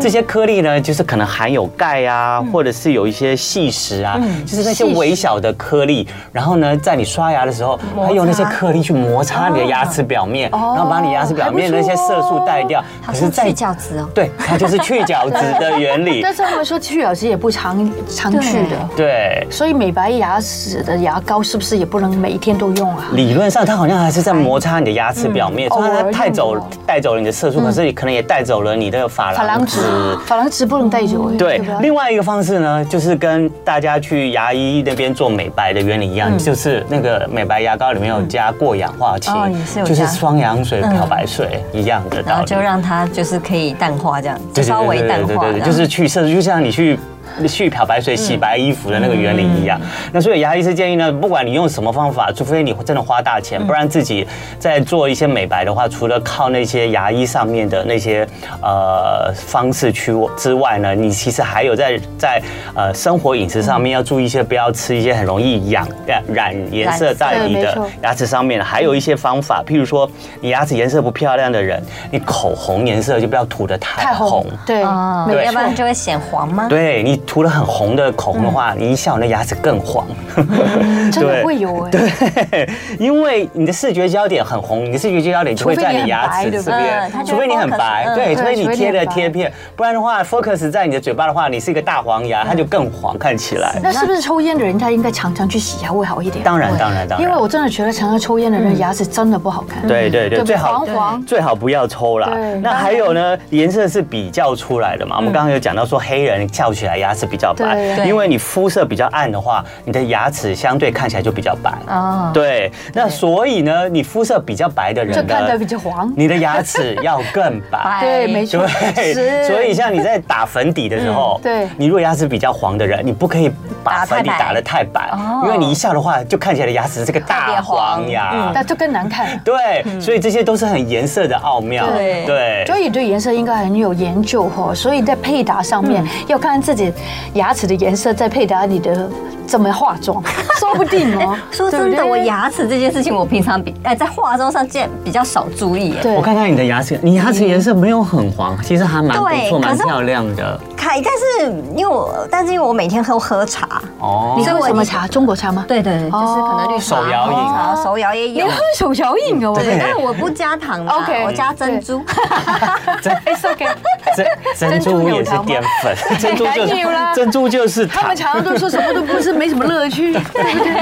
[SPEAKER 4] 这些颗粒呢，就是可能含有钙啊，或者是有一些细石啊，就是那些
[SPEAKER 2] 细石
[SPEAKER 4] 微小的颗粒。然后呢，在你刷牙的时候，
[SPEAKER 3] 擦
[SPEAKER 4] 它用那些颗粒去摩擦你的牙齿表面，然后把你牙齿表面的那些色素带掉。
[SPEAKER 3] 好像去角质哦。
[SPEAKER 4] 对，它就是去角质的原理。 以
[SPEAKER 2] 但是他们说去角质也不常常去的，
[SPEAKER 4] 对。
[SPEAKER 2] 所以美白牙齿的牙膏是不是也不能每天都用啊？
[SPEAKER 4] 理论上，它好像还是在摩擦你的牙齿表面，
[SPEAKER 2] 嗯
[SPEAKER 4] 虽然
[SPEAKER 2] 偶尔
[SPEAKER 4] 它
[SPEAKER 2] 用
[SPEAKER 4] 带走
[SPEAKER 2] 哦
[SPEAKER 4] 带走了你的色素，可是也可能也带走了你的
[SPEAKER 2] 珐
[SPEAKER 4] 珐琅
[SPEAKER 2] 琅
[SPEAKER 4] 质
[SPEAKER 2] 质。，珐琅质不能带久哎。
[SPEAKER 4] 对
[SPEAKER 2] 不，
[SPEAKER 4] 另外一个方式呢，就是跟大家去牙医那边做美白的原理
[SPEAKER 3] 嗯
[SPEAKER 4] 一样，就是那个美白牙膏里面有加过氧化氢
[SPEAKER 3] 哦也是，有
[SPEAKER 4] 就是
[SPEAKER 3] 加嗯
[SPEAKER 4] 双氧水、漂白水一样的
[SPEAKER 3] 然
[SPEAKER 4] 道
[SPEAKER 3] 后
[SPEAKER 4] 理。
[SPEAKER 3] 就让它就是可以淡化这样，
[SPEAKER 4] 对对
[SPEAKER 3] 稍微
[SPEAKER 4] 对
[SPEAKER 3] 淡
[SPEAKER 4] 对
[SPEAKER 3] 化
[SPEAKER 4] 对
[SPEAKER 3] 这
[SPEAKER 4] 对
[SPEAKER 3] 样，
[SPEAKER 4] 就是去色素，就像你去。去漂白水洗白衣服的那个原理一
[SPEAKER 3] 嗯
[SPEAKER 4] 样，那所以牙医是建议呢，不管你用什么方法，除非你真的花大钱，不
[SPEAKER 3] 嗯
[SPEAKER 4] 然自己在做一些美白的话，除了靠那些牙医上面的那些呃方式去之外呢，你其实还有在在呃生活饮食
[SPEAKER 3] 嗯
[SPEAKER 4] 上面要注意一些，不要吃一些很容易养染染颜色
[SPEAKER 3] 染色
[SPEAKER 4] 在你
[SPEAKER 2] 没
[SPEAKER 4] 的
[SPEAKER 2] 错
[SPEAKER 4] 牙齿上面还有一些方法，譬如说你牙齿颜色不漂亮的人，你口红颜色就不要涂的太
[SPEAKER 2] 太
[SPEAKER 4] 红
[SPEAKER 2] 红。，对，
[SPEAKER 3] 哦
[SPEAKER 2] 没
[SPEAKER 3] 要不
[SPEAKER 2] 错
[SPEAKER 3] 然就会显黄吗？
[SPEAKER 4] 对你涂了很红的口红的话，
[SPEAKER 2] 嗯
[SPEAKER 4] 你一笑你的牙齿更黄，
[SPEAKER 2] 真
[SPEAKER 4] 对
[SPEAKER 2] 的会有哎。对，
[SPEAKER 4] 因为你的视觉焦点很红，你的视觉焦点就会在你牙齿
[SPEAKER 2] 除非你很白对不
[SPEAKER 4] 这
[SPEAKER 2] 对
[SPEAKER 4] 边
[SPEAKER 3] 嗯它，就
[SPEAKER 4] 除
[SPEAKER 3] 会
[SPEAKER 4] 非你很
[SPEAKER 3] focus，
[SPEAKER 4] 白，
[SPEAKER 3] 嗯
[SPEAKER 4] 对，
[SPEAKER 2] 对
[SPEAKER 4] 除非你
[SPEAKER 2] 除非你
[SPEAKER 4] 贴了
[SPEAKER 2] 很白
[SPEAKER 4] 贴片，不然的话 focus 在你的嘴巴的话，你是一个大黄牙，它就更黄看起来。
[SPEAKER 2] 那是不是抽烟的人他应该常常去洗牙会好一点？
[SPEAKER 4] 当然，当然，当然，
[SPEAKER 2] 因为我真的觉得常常抽烟的人牙齿真的不好看。
[SPEAKER 4] 对对对，
[SPEAKER 2] 对
[SPEAKER 4] 最好
[SPEAKER 2] 黄黄
[SPEAKER 4] 最好不要抽啦
[SPEAKER 2] 对。
[SPEAKER 4] 那还有呢，颜色是比较出来的嘛。我们刚刚有讲到说，黑人笑起来牙齿比较
[SPEAKER 2] 对
[SPEAKER 4] 白，
[SPEAKER 2] 对
[SPEAKER 4] 因为你肤色比较暗的话，你的牙齿相对看起来就比较白。
[SPEAKER 3] 哦，
[SPEAKER 4] 对，那所以呢，你肤色比较白的人呢，
[SPEAKER 2] 就看得比较黄
[SPEAKER 4] 你的牙齿要更白。
[SPEAKER 2] 对，没错，
[SPEAKER 4] 对，
[SPEAKER 2] 是
[SPEAKER 4] 所以像你在打粉底的时候，
[SPEAKER 2] 嗯对
[SPEAKER 4] 你如果牙齿比较黄的人，你不可以
[SPEAKER 3] 打
[SPEAKER 4] 把
[SPEAKER 3] 太
[SPEAKER 4] 粉底
[SPEAKER 3] 白
[SPEAKER 4] 打得太白
[SPEAKER 3] 哦，
[SPEAKER 4] 因为你一笑的话，就看起来的牙齿是个
[SPEAKER 3] 特
[SPEAKER 4] 大
[SPEAKER 3] 别黄
[SPEAKER 4] 黄牙。
[SPEAKER 2] 那就更难看了。
[SPEAKER 4] 对，所以这些都是很颜色的奥妙。
[SPEAKER 3] 对
[SPEAKER 4] 对，
[SPEAKER 2] 所以对颜色应该很有研究哦，所以在配搭上面、要看自己牙齿的颜色，再配搭你的怎么化妆，说不定哦。
[SPEAKER 3] 说真
[SPEAKER 2] 对不
[SPEAKER 3] 的，
[SPEAKER 2] 对
[SPEAKER 3] 我牙齿这件事情，我平常比哎在化妆上见比较少注意耶。
[SPEAKER 2] 对
[SPEAKER 4] 我看看你的牙齿，你牙齿颜色没有很黄，其实还蛮不
[SPEAKER 3] 对
[SPEAKER 4] 错，
[SPEAKER 3] 可
[SPEAKER 4] 蛮
[SPEAKER 3] 是
[SPEAKER 4] 漂亮的
[SPEAKER 3] 开，但是因为我，但是因为我每天喝喝茶，
[SPEAKER 4] 哦。
[SPEAKER 2] 你
[SPEAKER 3] 所以
[SPEAKER 2] 喝
[SPEAKER 3] 我
[SPEAKER 2] 什么
[SPEAKER 3] 已
[SPEAKER 2] 茶？中国茶吗？
[SPEAKER 3] 对对，对就是可能绿茶、
[SPEAKER 4] 手摇饮啊
[SPEAKER 3] 红茶、手摇也
[SPEAKER 2] 你
[SPEAKER 3] 有
[SPEAKER 2] 喝。手摇饮哦，我
[SPEAKER 3] 对，
[SPEAKER 2] 觉
[SPEAKER 3] 但我不加糖啦
[SPEAKER 2] OK
[SPEAKER 3] 我加珍 珠。
[SPEAKER 2] 得 it's OK。
[SPEAKER 4] 珍珍
[SPEAKER 2] 珍珠
[SPEAKER 4] 珠
[SPEAKER 2] 有
[SPEAKER 4] 也是
[SPEAKER 2] 糖吗
[SPEAKER 4] 淀粉， 珍珠就是
[SPEAKER 2] 还有啦
[SPEAKER 4] 珍珠就是
[SPEAKER 2] 他
[SPEAKER 4] 糖
[SPEAKER 2] 们。常常都说什么都不是，没什么乐趣，对不对？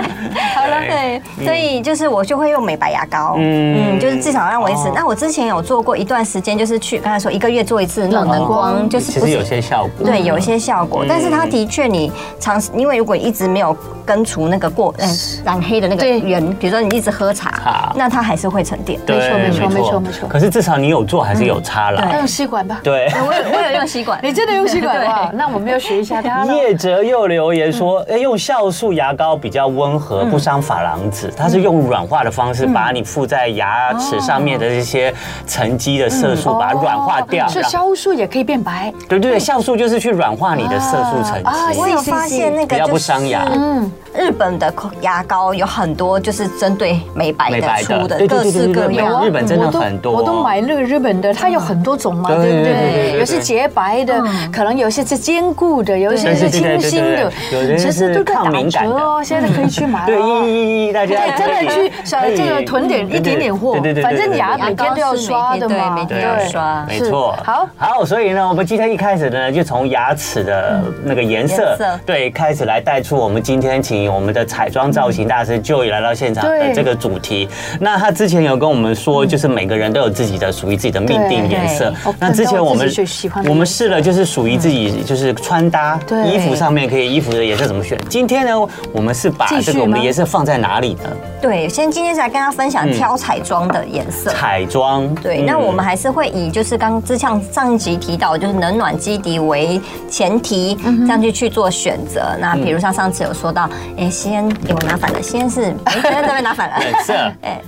[SPEAKER 3] 好了，对，所以就是我就会用美白牙膏，
[SPEAKER 4] 嗯
[SPEAKER 3] 嗯，就是至少让维持
[SPEAKER 4] 哦。
[SPEAKER 3] 那我之前有做过一段时间，就是去刚才说一个月做一次那种冷光，就是
[SPEAKER 4] 哦其
[SPEAKER 3] 不
[SPEAKER 4] 实
[SPEAKER 3] 是
[SPEAKER 4] 有些嗯效果。
[SPEAKER 3] 对，有一些效果，但是它的确你长时，因为如果一直没有根除那个过呃染黑的那个
[SPEAKER 2] 对
[SPEAKER 3] 源，比如说你一直喝茶
[SPEAKER 4] 好，
[SPEAKER 3] 那它还是会沉淀。
[SPEAKER 4] 对，
[SPEAKER 2] 没错没错没错没错
[SPEAKER 4] 可是至少你有做还是有差啦。
[SPEAKER 2] 要用吸管吧。
[SPEAKER 4] 对。
[SPEAKER 3] 我有我有用吸管，
[SPEAKER 2] 你真的用吸管吧？那我们要学一下他了。
[SPEAKER 4] 叶哲又留言说：“哎，用酵素牙膏比较温和，
[SPEAKER 2] 嗯
[SPEAKER 4] 不伤珐琅质。它是用软化的方式，把你附在牙齿上面的这些沉积的色
[SPEAKER 2] 嗯
[SPEAKER 4] 素，把它软化掉。
[SPEAKER 2] 所以
[SPEAKER 4] 然后
[SPEAKER 2] 酵素也可以变白。
[SPEAKER 4] 对对对，酵素就是去软化你的色素沉
[SPEAKER 2] 啊
[SPEAKER 4] 积。
[SPEAKER 3] 我有发现那
[SPEAKER 4] 比
[SPEAKER 3] 个
[SPEAKER 4] 较
[SPEAKER 3] 就
[SPEAKER 4] 不
[SPEAKER 3] 是
[SPEAKER 4] 伤牙
[SPEAKER 2] 嗯，
[SPEAKER 3] 日本的口牙膏有很多就是针对美白
[SPEAKER 4] 美白
[SPEAKER 3] 的
[SPEAKER 4] 的
[SPEAKER 3] 出的
[SPEAKER 4] 对，对
[SPEAKER 3] 各
[SPEAKER 4] 对
[SPEAKER 3] 式
[SPEAKER 4] 对
[SPEAKER 3] 各
[SPEAKER 4] 对对
[SPEAKER 3] 样。
[SPEAKER 4] 日本真的很多
[SPEAKER 2] 我都我都买那个日本的，它有很多种嘛，
[SPEAKER 4] 对
[SPEAKER 2] 对不
[SPEAKER 4] 对对对对
[SPEAKER 2] 对？有些洁白的，可能有些是坚固的，有一些是清新的
[SPEAKER 4] 对对对对对对有，些
[SPEAKER 2] 其
[SPEAKER 4] 是
[SPEAKER 2] 实都在
[SPEAKER 4] 抗
[SPEAKER 2] 打
[SPEAKER 4] 敏感
[SPEAKER 2] 折
[SPEAKER 4] 的
[SPEAKER 2] 哦，现在可以去买
[SPEAKER 4] 对，
[SPEAKER 2] 哦。
[SPEAKER 4] 一一一，大家
[SPEAKER 2] 对，真的去小
[SPEAKER 4] 可以嗯
[SPEAKER 2] 这个囤点一点点货
[SPEAKER 4] 对对对，对
[SPEAKER 2] 反正牙
[SPEAKER 4] 对对
[SPEAKER 2] 每天都要刷的嘛，
[SPEAKER 3] 牙膏是每天对每天都要刷
[SPEAKER 4] 没错
[SPEAKER 2] 是，好，
[SPEAKER 4] 好，所以呢，我们今天一开始呢，就从牙齿的那个颜色
[SPEAKER 3] 颜色，
[SPEAKER 4] 对，开始来带出我们今天请我们的彩妆造型大师 Joy 来到现场的
[SPEAKER 2] 对
[SPEAKER 4] 这个主题。那他之前有跟我们说，就是每个人都有自己的属于自己的命定颜色
[SPEAKER 2] 对。
[SPEAKER 4] 那之前我
[SPEAKER 2] 我看到自
[SPEAKER 4] 们
[SPEAKER 2] 己最喜欢的
[SPEAKER 4] 我
[SPEAKER 2] 颜
[SPEAKER 4] 们
[SPEAKER 2] 色嗯
[SPEAKER 4] 试了，就是属于自己就是穿搭
[SPEAKER 2] 对
[SPEAKER 4] 衣服上面可以衣服的颜色怎么选。今天呢，我们是把
[SPEAKER 2] 继续
[SPEAKER 4] 这个我们的
[SPEAKER 2] 吗
[SPEAKER 4] 颜色放在哪里呢？
[SPEAKER 3] 对，先今天是来跟大家分
[SPEAKER 4] 嗯
[SPEAKER 3] 享挑彩妆的颜色。
[SPEAKER 4] 彩妆。
[SPEAKER 3] 对，
[SPEAKER 4] 嗯
[SPEAKER 3] 那我们还是会以就是刚之像上一集提到，就是冷暖基底为前提，
[SPEAKER 2] 嗯
[SPEAKER 3] 这样去去做选择。那
[SPEAKER 4] 嗯
[SPEAKER 3] 比如像上次有说到，哎，先诶我拿反了，先是哎，先这边拿反了，
[SPEAKER 4] 颜 色。
[SPEAKER 3] 哎，
[SPEAKER 2] 哎，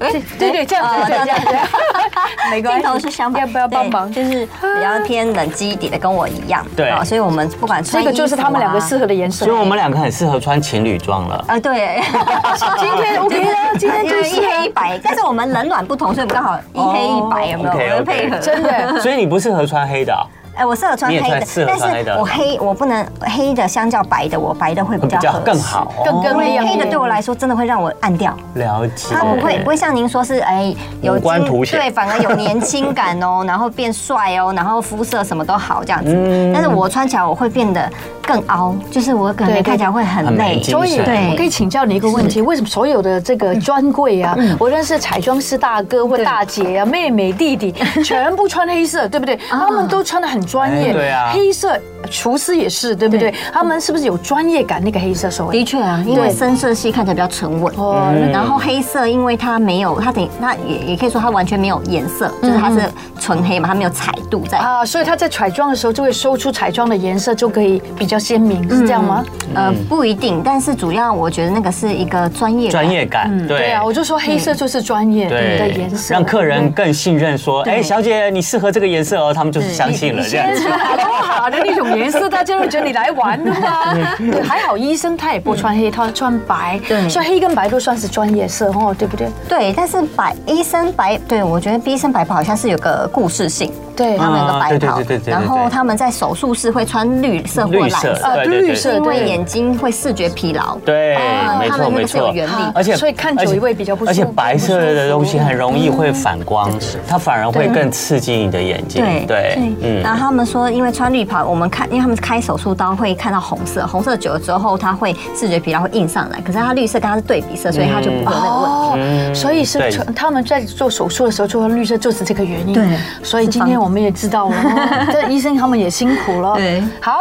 [SPEAKER 2] 哎对对，这样
[SPEAKER 3] 哦
[SPEAKER 2] 子，这样这样，这样没
[SPEAKER 3] 镜
[SPEAKER 2] 关系，
[SPEAKER 3] 头是相反，
[SPEAKER 2] 要不要帮忙？
[SPEAKER 3] 对就是比较偏冷基底的，跟我一样。
[SPEAKER 4] 对
[SPEAKER 3] 啊所以我们不管穿啊
[SPEAKER 2] 这个就是他们两个适
[SPEAKER 3] 是
[SPEAKER 2] 合的颜色
[SPEAKER 4] 所以。我们两个很适合穿情侣装了。
[SPEAKER 3] 啊，对，
[SPEAKER 2] 今天 OK 啊，今天就是
[SPEAKER 3] 一黑一白，但是我们冷暖不同，所以我们刚好一黑一白，有没有？
[SPEAKER 4] 哦
[SPEAKER 3] 我们配合
[SPEAKER 4] OK，OK
[SPEAKER 2] 真的。
[SPEAKER 4] 所以你不适合穿黑的哦、
[SPEAKER 3] 哎，我适合穿
[SPEAKER 4] 你也
[SPEAKER 3] 黑的，
[SPEAKER 4] 穿适合
[SPEAKER 3] 但
[SPEAKER 4] 穿黑
[SPEAKER 3] 是
[SPEAKER 4] 的
[SPEAKER 3] 我黑我不能黑的相较白的，我白的会比
[SPEAKER 4] 会比
[SPEAKER 3] 较
[SPEAKER 4] 较
[SPEAKER 3] 合
[SPEAKER 4] 更
[SPEAKER 3] 适
[SPEAKER 4] 好，哦
[SPEAKER 2] 更更
[SPEAKER 3] 因为
[SPEAKER 2] 亮
[SPEAKER 3] 黑的
[SPEAKER 2] 眼
[SPEAKER 3] 对我来说真的会让我暗掉，
[SPEAKER 4] 了解。
[SPEAKER 3] 它不会不会像您说是哎有
[SPEAKER 4] 五官
[SPEAKER 3] 精
[SPEAKER 4] 凸显
[SPEAKER 3] 对，反而有年轻感 哦，然后变帅哦，然后肤色什么都好这样子。
[SPEAKER 4] 嗯
[SPEAKER 3] 但是我穿起来我会变得更凹，就是我可
[SPEAKER 2] 对
[SPEAKER 3] 能
[SPEAKER 2] 对
[SPEAKER 3] 看起来会很
[SPEAKER 4] 很没
[SPEAKER 3] 累。
[SPEAKER 4] 精
[SPEAKER 2] 所以，
[SPEAKER 4] 神
[SPEAKER 3] 对
[SPEAKER 2] 我可以请教你一个问题：为什么所有的这个专柜啊，无论是彩妆师大哥或大姐啊、妹妹弟弟，全部穿黑色，对不对？他们都穿的很专业，
[SPEAKER 4] 哎对啊
[SPEAKER 2] 黑色厨师也是，对不对
[SPEAKER 3] 对？
[SPEAKER 2] 他们是不是有专业感？那个黑色所谓
[SPEAKER 3] 的确啊，因为深色系看起来比较沉稳。
[SPEAKER 2] 哦，
[SPEAKER 4] 嗯
[SPEAKER 3] 然后黑色，因为它没有，它等它也也可以说它完全没有颜色，就是它是纯黑嘛，它没有彩度在。
[SPEAKER 2] 啊，所以他在彩妆的时候就会收出彩妆的颜色，就可以比较鲜明，是这样吗？
[SPEAKER 4] 嗯
[SPEAKER 3] 呃，不一定，但是主要我觉得那个是一个专业感
[SPEAKER 4] 专业感，
[SPEAKER 2] 对
[SPEAKER 4] 对
[SPEAKER 2] 啊，我就说黑色就是专业的
[SPEAKER 4] 对
[SPEAKER 2] 颜，色，
[SPEAKER 4] 让客人更信任，说，
[SPEAKER 3] 对
[SPEAKER 4] 哎，小姐，你适合这个颜色哦，他们就是相信了，这样
[SPEAKER 2] 先
[SPEAKER 4] 子。
[SPEAKER 2] 打多哦好的那种颜色，大家会觉得你来玩的吗？
[SPEAKER 4] 嗯
[SPEAKER 2] 对，还好医生他也不穿黑，他穿白，
[SPEAKER 3] 对
[SPEAKER 2] 所以黑跟白都算是专业色哦，对不对？
[SPEAKER 3] 对，但是白医生白，对我觉得医生白袍好像是有个故事性，
[SPEAKER 2] 对
[SPEAKER 3] 他们有个白袍
[SPEAKER 4] 啊对对对对对，对
[SPEAKER 3] 然后他们在手术室会穿绿色或
[SPEAKER 4] 绿
[SPEAKER 3] 蓝
[SPEAKER 4] 色，
[SPEAKER 3] 色，
[SPEAKER 2] 啊
[SPEAKER 4] 对对
[SPEAKER 2] 绿
[SPEAKER 4] 对
[SPEAKER 2] 色
[SPEAKER 3] 是因为
[SPEAKER 2] 对
[SPEAKER 3] 眼睛会视觉疲劳。
[SPEAKER 4] 对
[SPEAKER 3] 哦，
[SPEAKER 4] 没
[SPEAKER 3] 他
[SPEAKER 4] 错
[SPEAKER 3] 们那
[SPEAKER 4] 没
[SPEAKER 3] 个是有
[SPEAKER 4] 错，
[SPEAKER 3] 原理
[SPEAKER 2] 啊所以看久一位比较不舒服
[SPEAKER 4] 而且白色的东西很容易会反光
[SPEAKER 3] 嗯是，
[SPEAKER 4] 它反而会更刺激你的眼睛。对，
[SPEAKER 3] 嗯。然后他们说，因为穿绿袍，我们看，因为他们开手术刀会看到红色，红色久了之后，它会视觉疲劳会印上来。可是它绿色跟它是对比色，所以它就不会有那个问题。
[SPEAKER 2] 哦，所以是
[SPEAKER 4] 嗯对
[SPEAKER 2] 穿他们在做手术的时候做绿色就是这个原因。
[SPEAKER 3] 对
[SPEAKER 2] 所以今
[SPEAKER 3] 是
[SPEAKER 2] 天
[SPEAKER 3] 防
[SPEAKER 2] 我们也知道了，哦 这医生他们也辛苦了。
[SPEAKER 3] 对
[SPEAKER 2] 好，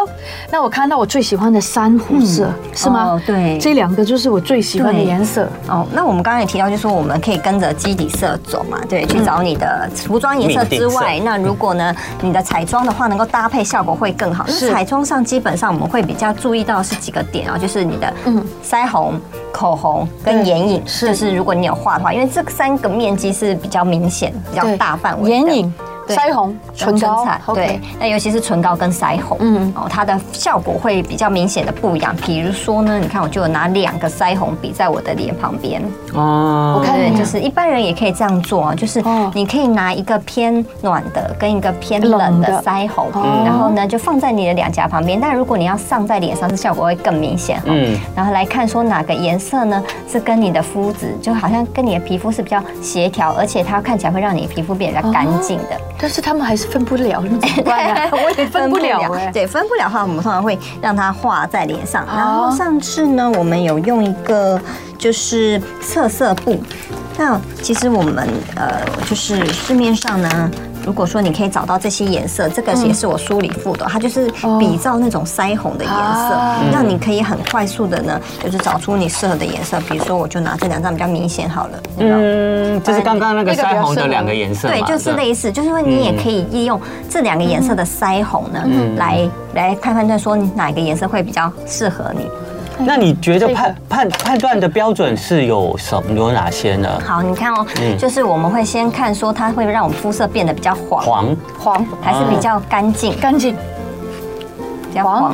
[SPEAKER 2] 那我看到我最喜欢的珊瑚色是吗
[SPEAKER 3] 哦？对
[SPEAKER 2] 这两个就是我最喜欢的
[SPEAKER 3] 对
[SPEAKER 2] 颜色。
[SPEAKER 3] 哦，那我们刚刚也提到，就是说我们可以跟着基底色走嘛，对，去
[SPEAKER 2] 嗯
[SPEAKER 3] 找你的服装颜色之外
[SPEAKER 4] 命，
[SPEAKER 3] 那如果呢你的彩妆的话，能够搭配效果会更好。
[SPEAKER 2] 是
[SPEAKER 3] 那彩妆上基本上我们会比较注意到是几个点啊，就是你的腮红、口红跟
[SPEAKER 2] 嗯对
[SPEAKER 3] 眼影，
[SPEAKER 2] 是
[SPEAKER 3] 就是如果你有画的话，因为这三个面积是比较明显、比较
[SPEAKER 2] 对
[SPEAKER 3] 大范围的。
[SPEAKER 2] 眼影、
[SPEAKER 3] 对
[SPEAKER 2] 腮红、唇
[SPEAKER 3] 唇膏
[SPEAKER 2] 膏，
[SPEAKER 3] 对
[SPEAKER 2] OK，
[SPEAKER 3] 那尤其是唇膏跟腮红，
[SPEAKER 2] 嗯
[SPEAKER 3] 嗯，哦，它的效果会比较明显的不一样。比如说呢，你看我就有拿两个腮红笔在我的脸旁边，
[SPEAKER 4] 哦
[SPEAKER 2] 我看
[SPEAKER 3] 对，
[SPEAKER 2] 你
[SPEAKER 3] 就是一般人也可以这样做啊，就是
[SPEAKER 2] 哦
[SPEAKER 3] 你可以拿一个偏暖的跟一个偏
[SPEAKER 2] 冷
[SPEAKER 3] 冷
[SPEAKER 2] 的
[SPEAKER 3] 的腮红
[SPEAKER 2] 哦，
[SPEAKER 3] 然后呢就放在你的两颊旁边。但如果你要上在脸上，这效果会更明显哦。
[SPEAKER 4] 嗯，
[SPEAKER 3] 然后来看说哪个颜色呢是跟你的肤质，就好像跟你的皮肤是比较协调，而且它看起来会让你的皮肤变得比较干净的。？
[SPEAKER 2] 但是他们还是分不了，那怎么办啊
[SPEAKER 3] 我也
[SPEAKER 2] 分不了哎
[SPEAKER 3] 对，分不了的话，我们通常会让它画在脸上。
[SPEAKER 2] 哦
[SPEAKER 3] 然后上次呢，我们有用一个就是测色布。那其实我们呃，就是市面上呢，如果说你可以找到这些颜色，这个也是我梳理附的，它就是比照那种腮红的颜色
[SPEAKER 2] 哦啊，
[SPEAKER 3] 让你可以很快速的呢，就是找出你适合的颜色。比如说，我就拿这两张比较明显好了，有没有
[SPEAKER 4] 嗯，这是刚刚那个腮红的两个颜色嘛嗯
[SPEAKER 3] 对，就是类似，就是说你也可以利用这两个颜色的腮红呢，
[SPEAKER 4] 嗯
[SPEAKER 3] 来来看判断说你哪个颜色会比较适合你。
[SPEAKER 2] 嗯
[SPEAKER 4] 那你觉得判判判断的标准是有什么有哪些呢？
[SPEAKER 3] 好，你看哦，
[SPEAKER 4] 嗯
[SPEAKER 3] 就是我们会先看说它会让我们肤色变得比较黄，
[SPEAKER 4] 黄，
[SPEAKER 2] 黄
[SPEAKER 3] 还是比较干净，
[SPEAKER 2] 干净，
[SPEAKER 3] 比较
[SPEAKER 2] 嗯黄
[SPEAKER 3] 黄。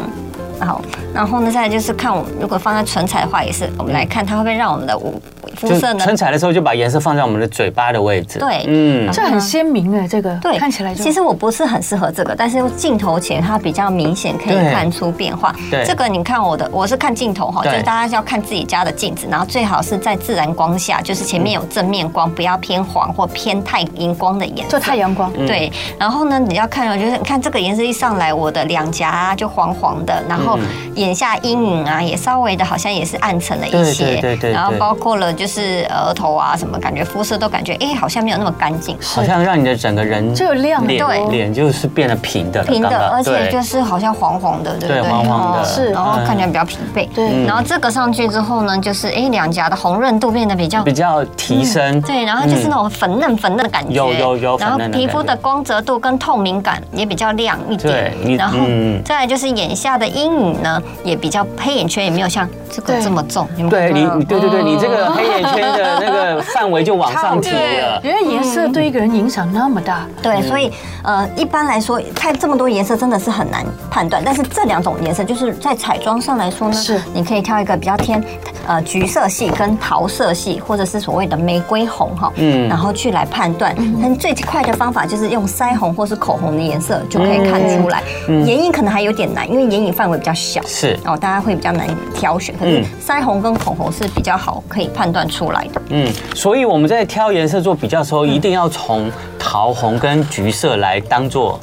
[SPEAKER 3] 好，然后呢，再来就是看我们如果放在唇彩的话，也是我们来看它会不会让我们的五肤
[SPEAKER 4] 就
[SPEAKER 3] 色呢
[SPEAKER 4] 撑起来的时候就把颜色放在我们的嘴巴的位置。
[SPEAKER 3] 对
[SPEAKER 4] 嗯，
[SPEAKER 2] 这很鲜明哎，这个
[SPEAKER 3] 对，
[SPEAKER 2] 看起来就
[SPEAKER 3] 其实我不是很适合这个，但是镜头前它比较明显可以
[SPEAKER 4] 对
[SPEAKER 3] 看出变化。
[SPEAKER 4] 对
[SPEAKER 3] 这个你看我的，我是看镜头哈，就
[SPEAKER 4] 对
[SPEAKER 3] 是大家要看自己家的镜子，然后最好是在自然光下，就是前面有正面光，不要偏黄或偏太荧光的颜色。
[SPEAKER 2] 就太阳光，
[SPEAKER 4] 嗯
[SPEAKER 3] 对，然后呢，你要看哦，就是看这个颜色一上来，我的两颊啊就黄黄的，然
[SPEAKER 4] 嗯
[SPEAKER 3] 后眼下阴影啊也稍微的好像也是暗沉了一些，
[SPEAKER 4] 对对对对
[SPEAKER 3] 然后
[SPEAKER 4] 对
[SPEAKER 3] 包括了就是额头啊什么，感觉肤色都感觉哎好像没有那么干净。
[SPEAKER 4] 好像让你的整个人
[SPEAKER 2] 就有亮
[SPEAKER 4] 脸
[SPEAKER 3] 对
[SPEAKER 4] 脸就是变得平的了，
[SPEAKER 3] 平的，
[SPEAKER 4] 刚刚
[SPEAKER 3] 而且
[SPEAKER 4] 对
[SPEAKER 3] 就是好像黄黄的，对不对？
[SPEAKER 4] 对黄黄的嗯
[SPEAKER 3] 哦
[SPEAKER 2] 是
[SPEAKER 3] 然后看起来比较疲惫。
[SPEAKER 2] 对
[SPEAKER 3] 然后这个上去之后呢，就是哎，两颊的红润度变得比较
[SPEAKER 4] 比。较提升。
[SPEAKER 3] 嗯对，然后就是那种粉嫩粉嫩的感觉，
[SPEAKER 4] 有有有粉
[SPEAKER 3] 然
[SPEAKER 4] 嫩
[SPEAKER 3] 后
[SPEAKER 4] 的感觉
[SPEAKER 3] 皮肤的光泽度跟透明感也比较亮一点
[SPEAKER 4] 对你。
[SPEAKER 3] 然后
[SPEAKER 4] 嗯
[SPEAKER 3] 再来就是眼下的阴影呢，也比较黑眼圈也没有像嗯这个这么重，你们
[SPEAKER 4] 对
[SPEAKER 3] 看
[SPEAKER 4] 你
[SPEAKER 3] 到，
[SPEAKER 4] 你
[SPEAKER 3] 了
[SPEAKER 4] 对对对，你这个黑眼圈的那个范围就往上提了。
[SPEAKER 2] 原来颜色对一个人影响那么大，
[SPEAKER 3] 对，所以呃，一般来说，看这么多颜色真的是很难判断。但是这两种颜色，就是在彩妆上来说呢，
[SPEAKER 2] 是
[SPEAKER 3] 你可以挑一个比较偏呃橘色系跟桃色系，或者是所谓的玫瑰红哈，
[SPEAKER 4] 嗯
[SPEAKER 3] 嗯，然后去来判断。但最快的方法就是用腮红或是口红的颜色就可以看出来。眼影可能还有点难，因为眼影范围比较小，
[SPEAKER 4] 是
[SPEAKER 3] 哦，大家会比较难挑选。可
[SPEAKER 4] 嗯
[SPEAKER 3] 是腮红跟口红是比较好可以判断出来的。
[SPEAKER 4] 嗯，所以我们在挑颜色做比较的时候，一定要从桃红跟橘色来当做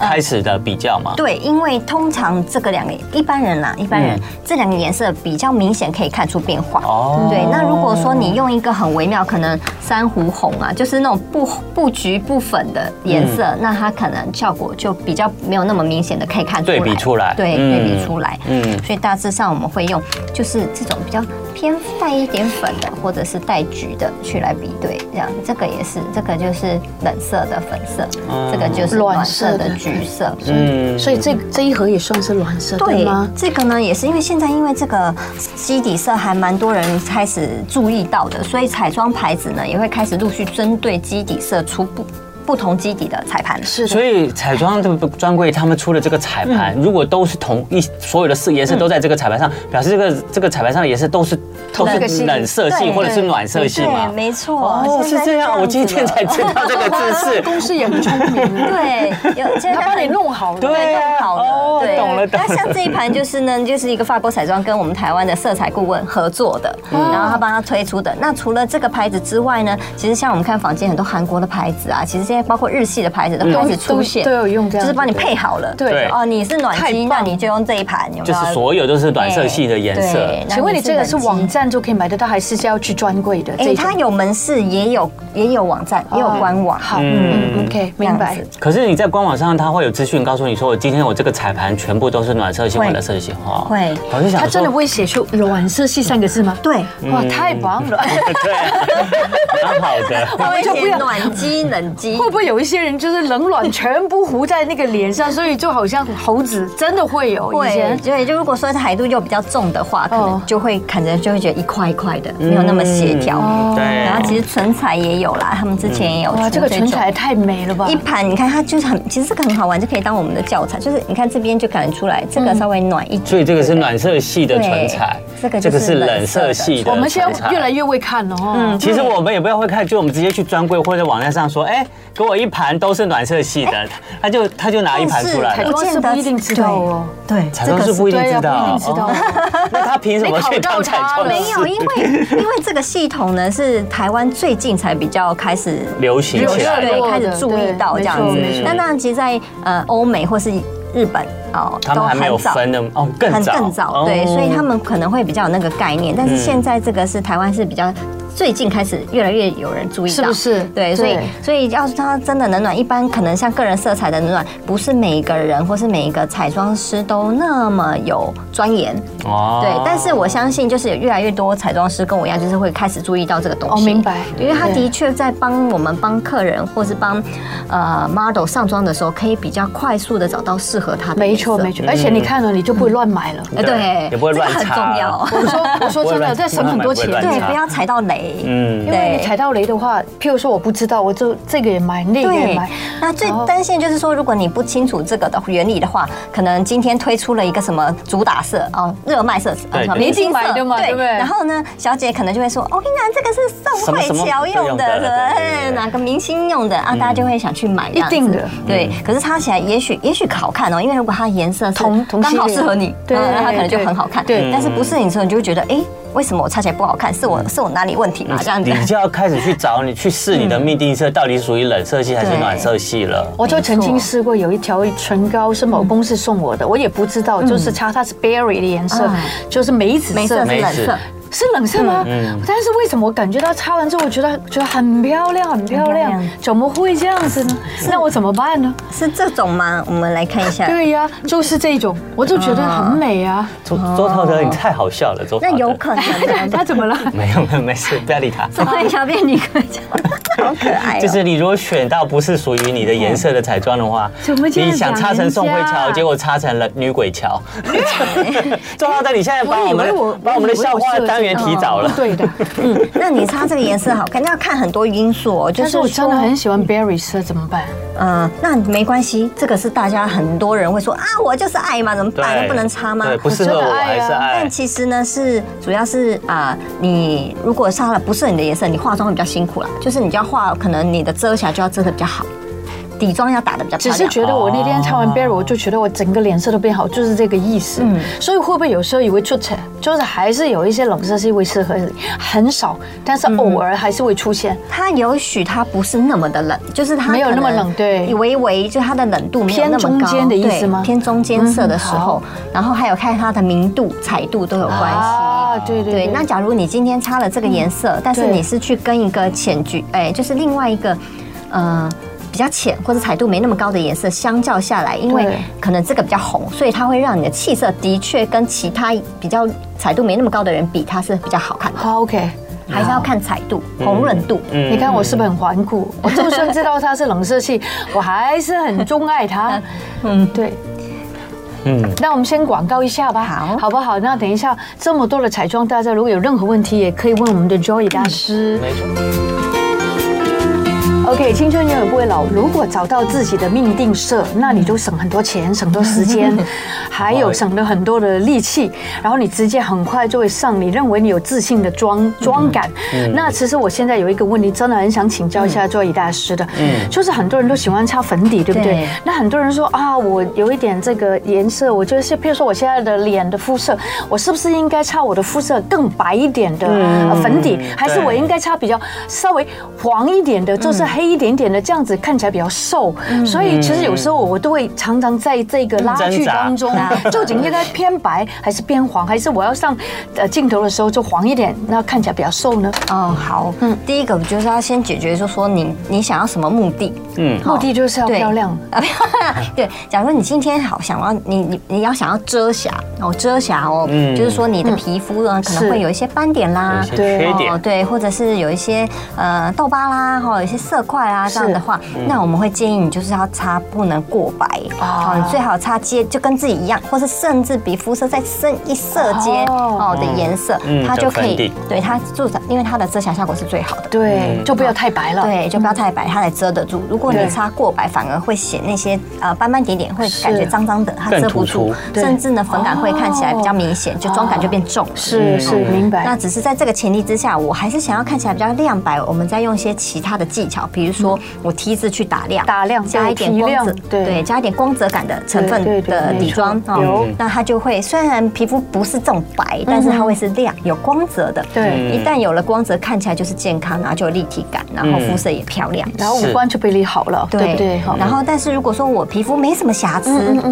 [SPEAKER 4] 开始的比较嘛。
[SPEAKER 3] 对，因为通常这个两个一般人啦，一般人、
[SPEAKER 4] 嗯
[SPEAKER 3] 这两个颜色比较明显可以看出变化。
[SPEAKER 4] 哦
[SPEAKER 3] 对，那如果说你用一个很微妙，可能珊瑚红啊，就是那种不不橘不粉的颜色，
[SPEAKER 4] 嗯
[SPEAKER 3] 那它可能效果就比较没有那么明显的可以看出来。
[SPEAKER 4] 对比出来
[SPEAKER 3] 对，
[SPEAKER 4] 嗯
[SPEAKER 3] 对比出来。
[SPEAKER 4] 嗯
[SPEAKER 3] 嗯，所以大致上我们会用就是这种比较偏带一点粉的，或者是带橘的去来比对，这样这个也是，这个就是冷色的粉色，这个就是暖色的
[SPEAKER 2] 暖色的
[SPEAKER 3] 橘色。
[SPEAKER 4] 嗯
[SPEAKER 2] 所以这这一盒也算是暖色对吗？
[SPEAKER 3] 这个呢也是因为现在因为这个基底色还蛮多人开始注意到的，所以彩妆牌子呢也会开始陆续针对基底色出不不同基底的彩盘。
[SPEAKER 2] 是的，
[SPEAKER 4] 所以彩妆的专柜他们出的这个彩盘，
[SPEAKER 3] 嗯
[SPEAKER 4] 如果都是同一所有的色颜色都在这个彩盘上，表示这个这个彩盘上的颜色都是都
[SPEAKER 2] 同一个系
[SPEAKER 4] 是冷色系
[SPEAKER 3] 对
[SPEAKER 4] 或者是暖色系嘛
[SPEAKER 3] 对，。没错。
[SPEAKER 4] 哦，是
[SPEAKER 3] 现在
[SPEAKER 4] 这样，我今
[SPEAKER 3] 子了
[SPEAKER 4] 天才知道这个知 识。
[SPEAKER 2] 公司也很聪明，
[SPEAKER 3] 对，有现在
[SPEAKER 2] 他帮你
[SPEAKER 3] 很
[SPEAKER 2] 弄好了。
[SPEAKER 4] 对啊
[SPEAKER 3] 弄好
[SPEAKER 4] 哦
[SPEAKER 3] 了，对，
[SPEAKER 4] 懂了懂了
[SPEAKER 3] 那像这一盘就是呢，就是一个法国彩妆跟我们台湾的色彩顾问合作的，
[SPEAKER 2] 哦
[SPEAKER 3] 然后他帮他推出的。那除了这个牌子之外呢，其实像我们看房间很多韩国的牌子啊，其实现在包括日系的牌子都开始出现，
[SPEAKER 2] 嗯都都有用这样
[SPEAKER 3] 就是
[SPEAKER 2] 子
[SPEAKER 3] 帮你配好了。
[SPEAKER 2] 对
[SPEAKER 3] 哦，你是暖
[SPEAKER 2] 太
[SPEAKER 3] 机，
[SPEAKER 2] 棒
[SPEAKER 3] 那你就用这一盘，有没有哎
[SPEAKER 4] 就是所有都是暖色系的颜色。
[SPEAKER 3] 对
[SPEAKER 2] 请问你这个是网？站就可以买得到，还是要去专柜的？
[SPEAKER 3] 那
[SPEAKER 2] 这
[SPEAKER 3] 你是冷机哎，
[SPEAKER 2] 种
[SPEAKER 3] 它有门市，也有也有网站，也有官网。
[SPEAKER 2] 好，嗯，OK，明
[SPEAKER 3] 这
[SPEAKER 2] 白
[SPEAKER 3] 样。子
[SPEAKER 4] 可是你在官网上，它会有资讯告诉你说，我今天我这个彩盘全部都是暖色系或
[SPEAKER 3] 会
[SPEAKER 4] 冷色系哈。
[SPEAKER 3] 会
[SPEAKER 4] 我就想
[SPEAKER 2] 他
[SPEAKER 4] 说，
[SPEAKER 2] 真的会写出“软色系”三个字吗？
[SPEAKER 3] 对，
[SPEAKER 4] 嗯
[SPEAKER 2] 哇，太棒了！
[SPEAKER 4] 对，蛮好的。
[SPEAKER 2] 我们就不要
[SPEAKER 3] 暖机、冷机，
[SPEAKER 2] 会不会有一些人就是冷暖全部糊在那个脸上，所以就好像猴子，真的会有以
[SPEAKER 3] 会
[SPEAKER 2] 前，
[SPEAKER 3] 对，就如果说彩度又比较重的话，可
[SPEAKER 2] 哦嗯
[SPEAKER 3] 能就会看着就会觉得一块一块的，没有那么协调。
[SPEAKER 4] 对
[SPEAKER 3] 然后其实唇彩也有啦，他们之前也有
[SPEAKER 2] 哦哇，
[SPEAKER 3] 出
[SPEAKER 2] 这个唇
[SPEAKER 3] 种
[SPEAKER 2] 彩太美了吧
[SPEAKER 3] 一！盘，你看它就是很，其实这个很好玩，就可以当我们的教材。就是你看这边就感觉出来，这个稍微暖一点。
[SPEAKER 4] 所以这个是暖色系的唇彩，
[SPEAKER 3] 对这个就是
[SPEAKER 4] 冷色系的。
[SPEAKER 2] 我们现在越来
[SPEAKER 4] 越。
[SPEAKER 2] 越会看了哦。
[SPEAKER 4] 其实我们也不要会看，就我们直接去专柜或者网站上说，哎，给我一盘都是暖色系的，他就他就拿一盘出来
[SPEAKER 2] 但
[SPEAKER 4] 了
[SPEAKER 3] 不见
[SPEAKER 2] 是。彩妆
[SPEAKER 3] 得
[SPEAKER 2] 师不一定知道哦
[SPEAKER 3] 对，对
[SPEAKER 4] 彩妆师不一定知
[SPEAKER 2] 对啊
[SPEAKER 4] 道，
[SPEAKER 2] 不一定知道
[SPEAKER 4] 哦。 那他凭什么去当彩妆
[SPEAKER 2] 没
[SPEAKER 4] 师？
[SPEAKER 3] 没 有，因为因为这个系统呢是台湾最近才比较开始
[SPEAKER 4] 流行起来
[SPEAKER 2] 流
[SPEAKER 3] 对，
[SPEAKER 2] 行。
[SPEAKER 4] 了
[SPEAKER 3] 开始注意到这样子
[SPEAKER 2] 对没错没错。
[SPEAKER 3] 那当然，其实在呃欧美或是日本哦，
[SPEAKER 4] 他们还没有分的哦，更
[SPEAKER 3] 很
[SPEAKER 4] 早，
[SPEAKER 3] 更早，对，
[SPEAKER 4] 哦
[SPEAKER 3] 所以他们可能会比较有那个概念。
[SPEAKER 2] 嗯
[SPEAKER 3] 但是现在这个是台湾是比较最近开始越来越有人注意到，
[SPEAKER 2] 是不是哦对
[SPEAKER 3] 对，所以所以要是它真的冷暖，一般可能像个人色彩的冷暖，不是每一个人或是每一个彩妆师都那么有钻研，
[SPEAKER 4] 哦
[SPEAKER 3] 对。但是我相信，就是有越来越多彩妆师跟我一样，就是会开始注意到这个东
[SPEAKER 2] 哦，
[SPEAKER 3] 西。
[SPEAKER 2] 明白，
[SPEAKER 3] 因为他
[SPEAKER 2] 对
[SPEAKER 3] 的确在帮我们帮客人或是帮呃 model 上妆的时候，可以比较快速的找到适合他的
[SPEAKER 2] 没
[SPEAKER 3] 颜色。
[SPEAKER 2] 错没错，而且你看了你就不会乱买了。
[SPEAKER 3] 呃，对，
[SPEAKER 4] 也不会
[SPEAKER 3] 这个
[SPEAKER 4] 乱
[SPEAKER 3] 很
[SPEAKER 4] 擦
[SPEAKER 3] 重要。
[SPEAKER 2] 我说我说真 的，这省很多钱。
[SPEAKER 4] 嗯不会乱
[SPEAKER 3] 对，
[SPEAKER 4] 擦
[SPEAKER 3] 不要踩到雷。
[SPEAKER 4] 嗯
[SPEAKER 2] 因为你踩到雷的话，譬如说我不知道，我就这个也买，那个也
[SPEAKER 3] 对
[SPEAKER 2] 买，，
[SPEAKER 3] 那最
[SPEAKER 2] 然后
[SPEAKER 3] 担心就是说，如果你不清楚这个的原理的话，可能今天推出了一个什么主打色哦，热卖色，
[SPEAKER 4] 对
[SPEAKER 3] 什么
[SPEAKER 4] 对
[SPEAKER 3] 明星色
[SPEAKER 2] 你已经买的嘛对不对
[SPEAKER 3] 然后呢，小姐可能就会说，哦，跟你讲，这个是宋慧乔用的，什么
[SPEAKER 4] 什么什么都用的对对对嗯
[SPEAKER 3] 哎哪个明星用的啊？大家就会想去买，这样子
[SPEAKER 2] 一定的，
[SPEAKER 3] 对。可是擦起来，也许也许好看哦，因为如果它颜色是
[SPEAKER 2] 同同
[SPEAKER 3] 刚好
[SPEAKER 2] 系列
[SPEAKER 3] 适合你，
[SPEAKER 2] 对
[SPEAKER 3] 嗯那它可能就
[SPEAKER 2] 对
[SPEAKER 3] 很好看。
[SPEAKER 2] 对
[SPEAKER 3] 但是
[SPEAKER 4] 嗯
[SPEAKER 3] 不是你的时候，你就会觉得，哎，为什么我擦起来不好看？是我是我哪里问题吗？这样子。
[SPEAKER 4] 你就要开始去找你去试你的密定色到底属于冷色系还是
[SPEAKER 3] 对
[SPEAKER 4] 暖色系了。
[SPEAKER 3] 嗯
[SPEAKER 2] 我就曾经试过有一条唇膏是某公司送我的，我也不知道，就是擦它是 berry 的颜色
[SPEAKER 3] 嗯，
[SPEAKER 2] 就是梅子
[SPEAKER 3] 梅色是。
[SPEAKER 2] 色
[SPEAKER 3] 冷
[SPEAKER 4] 梅子嗯
[SPEAKER 3] 色，
[SPEAKER 2] 是冷色吗？但是为什么我感觉到擦完之后，我觉得觉得很漂亮，很漂
[SPEAKER 3] 很漂
[SPEAKER 2] 亮
[SPEAKER 4] 嗯
[SPEAKER 3] 亮，
[SPEAKER 2] 怎么会这样子呢？那我怎么办呢？
[SPEAKER 3] 是这种吗？我们来看一下。
[SPEAKER 4] 嗯
[SPEAKER 2] 对呀、就是这种，我就觉得很美啊。
[SPEAKER 4] 周周陶德，你太好笑了，周陶
[SPEAKER 3] 那
[SPEAKER 4] 德。
[SPEAKER 3] 有可
[SPEAKER 4] 嗯
[SPEAKER 3] 能
[SPEAKER 2] 他
[SPEAKER 3] 的。
[SPEAKER 2] 怎么了？
[SPEAKER 4] 没有没有没事，不要理他。
[SPEAKER 3] 所以小便你可以讲，好可爱哦。
[SPEAKER 4] 就是你如果选到不是属于你的颜色的彩妆的话，
[SPEAKER 2] 怎么这样
[SPEAKER 4] 你想擦成宋慧
[SPEAKER 2] 讲人
[SPEAKER 4] 乔，
[SPEAKER 2] 家
[SPEAKER 4] 结果擦成了女鬼乔。周浩德，你现在 把
[SPEAKER 2] 我
[SPEAKER 4] 我
[SPEAKER 2] 以
[SPEAKER 4] 们
[SPEAKER 2] 为
[SPEAKER 4] 的
[SPEAKER 2] 我
[SPEAKER 4] 把我们的笑话单元提早了
[SPEAKER 2] 哦。对的，
[SPEAKER 3] 嗯，那你擦这个颜色好看，那要看很多因素哦。就
[SPEAKER 2] 但
[SPEAKER 3] 是
[SPEAKER 2] 是我真的
[SPEAKER 3] 说
[SPEAKER 2] 很喜欢 berry 色，怎么办？
[SPEAKER 3] 嗯，那没关系，这个是大家很多人会说啊，我就是爱嘛，怎么办？
[SPEAKER 4] 对，
[SPEAKER 3] 那不能擦吗
[SPEAKER 4] 对，？不适合
[SPEAKER 2] 我真
[SPEAKER 4] 我
[SPEAKER 2] 的爱
[SPEAKER 4] 还
[SPEAKER 2] 啊
[SPEAKER 4] 是爱
[SPEAKER 3] 但。其实呢，是主要是啊、你如果擦了不是你的颜色，你化妆会比较辛苦啦。就是你就要化，可能你的遮瑕就要遮的比较好，底妆要打的比较
[SPEAKER 2] 只
[SPEAKER 3] 漂
[SPEAKER 2] 是
[SPEAKER 3] 亮。
[SPEAKER 2] 觉得我那天擦完 berry，我就觉得我整个脸色都变好，就是这个意思。所以会不会有时候以为出彩，就是还是有一些冷色是会适合你，很少，但是偶尔还是会出现。
[SPEAKER 3] 它也许它不是那么的冷，就是它
[SPEAKER 2] 没有
[SPEAKER 3] 可能
[SPEAKER 2] 那么冷对
[SPEAKER 3] 微微就它的冷度没有那么高，
[SPEAKER 2] 偏中间的意思吗
[SPEAKER 3] 对偏中间色的时
[SPEAKER 2] 嗯好
[SPEAKER 3] 候，然后还有看它的明度、彩度都有关系。
[SPEAKER 2] 啊，对对
[SPEAKER 3] 嗯对，
[SPEAKER 2] 对，嗯
[SPEAKER 3] 那假如你今天擦了这个颜色，但是
[SPEAKER 2] 对
[SPEAKER 3] 你是去跟一个浅橘，哎，就是另外一个，呃。比较浅或者彩度没那么高的颜色，相较下来，因
[SPEAKER 2] 对
[SPEAKER 3] 为可能这个比较红，所以它会让你的气色的确跟其他比较彩度没那么高的人比，它是比较好看的。
[SPEAKER 2] 好 OK。
[SPEAKER 3] 还是要看彩度、红润度。
[SPEAKER 4] 嗯
[SPEAKER 2] 你看我是不是很顽固？我就算知道它是冷色系，我还是很钟爱它。嗯，对。
[SPEAKER 4] 嗯，
[SPEAKER 2] 那我们先广告一下吧，
[SPEAKER 3] 好
[SPEAKER 2] 好不好？那等一下这么多的彩妆，大家如果有任何问题，也可以问我们的 Joy 大师。
[SPEAKER 4] 没错。
[SPEAKER 2] OK，青春永远不会老。如果找到自己的命定色，那你就省很多钱，省很多时间，还有省了很多的力气，然后你直接很快就会上你认为你有自信的妆妆感。那其实我现在有一个问题，真的很想请教一下座椅大师的，就是很多人都喜欢擦粉底，对不对
[SPEAKER 3] 对？
[SPEAKER 2] 那很多人说啊，我有一点这个颜色，我就是，譬如说我现在的脸的肤色，我是不是应该擦我的肤色更白一点的呃粉底，还是我应该擦比较稍微黄一点的，
[SPEAKER 4] 嗯
[SPEAKER 2] 就是黑一点点的，这样子看起来比较瘦。所以其实有时候我都会常常在这
[SPEAKER 4] 嗯
[SPEAKER 2] 个拉锯当中，啊 究竟应该偏白还是偏黄，还是我要上呃镜头的时候就黄一点，那看起来比较瘦呢？
[SPEAKER 3] 哦，好，嗯，第一个就是要先解决，就说你你想要什么目的，
[SPEAKER 4] 嗯
[SPEAKER 2] 目的就是要
[SPEAKER 3] 对
[SPEAKER 2] 漂亮。
[SPEAKER 3] 啊，对，假如你今天好想要你你你要想要遮瑕哦，遮瑕哦，
[SPEAKER 4] 嗯
[SPEAKER 3] 就是说你的皮肤呢可能
[SPEAKER 2] 是
[SPEAKER 3] 会有一些斑点啦
[SPEAKER 4] 有一，些
[SPEAKER 2] 对
[SPEAKER 4] 缺
[SPEAKER 3] 哦
[SPEAKER 4] 点。
[SPEAKER 3] 对，或者是有一些呃痘疤啦，哈，有一些色块啦这样的话，
[SPEAKER 4] 嗯
[SPEAKER 3] 那我们会建议你就是要擦不能过白
[SPEAKER 2] 啊
[SPEAKER 3] 哦，你最好擦接就跟自己一样，或是甚至比肤色再深一色阶
[SPEAKER 2] 哦
[SPEAKER 3] 哦的颜色
[SPEAKER 4] 嗯，
[SPEAKER 3] 它
[SPEAKER 4] 叫
[SPEAKER 3] 就可
[SPEAKER 4] 粉
[SPEAKER 3] 以
[SPEAKER 4] 底
[SPEAKER 3] 对它助长，因为它的遮瑕效果是最好的。
[SPEAKER 2] 对，就不要太白了。
[SPEAKER 3] 对，就不要太白，它才遮得住。如果你
[SPEAKER 2] 对
[SPEAKER 3] 擦过白，反而会显那些呃斑斑点点，会
[SPEAKER 2] 是
[SPEAKER 3] 感觉脏脏的，它
[SPEAKER 4] 更
[SPEAKER 3] 遮
[SPEAKER 4] 突
[SPEAKER 3] 不住
[SPEAKER 4] 出，
[SPEAKER 2] 对
[SPEAKER 3] 甚至呢粉感会看起来比较明显，就妆感就变重了。
[SPEAKER 2] 是是，
[SPEAKER 4] 嗯
[SPEAKER 2] 明白。
[SPEAKER 3] 那只是在这个前提之下，我还是想要看起来比较亮白，我们再用一些其他的技巧，比如说我 T 字去打亮，
[SPEAKER 2] 嗯打亮
[SPEAKER 3] 加一点
[SPEAKER 2] 对提
[SPEAKER 3] 光
[SPEAKER 2] 亮
[SPEAKER 3] 泽，
[SPEAKER 2] 对
[SPEAKER 3] 对，加一点光泽感的成
[SPEAKER 2] 对对
[SPEAKER 3] 分
[SPEAKER 2] 对
[SPEAKER 3] 的
[SPEAKER 2] 没
[SPEAKER 3] 底
[SPEAKER 2] 错
[SPEAKER 3] 妆
[SPEAKER 2] 有嗯
[SPEAKER 3] 哦，那它就会虽然皮肤不是这种白，但是它会是亮有光泽的。
[SPEAKER 2] 对
[SPEAKER 3] 一旦有了光泽，看起来就是健康，然后就有立体感，然后肤色也漂亮。
[SPEAKER 2] 然后五
[SPEAKER 4] 是
[SPEAKER 2] 官就被理好了，对不对？哈嗯
[SPEAKER 3] 然后但是如果说我皮肤没什么瑕疵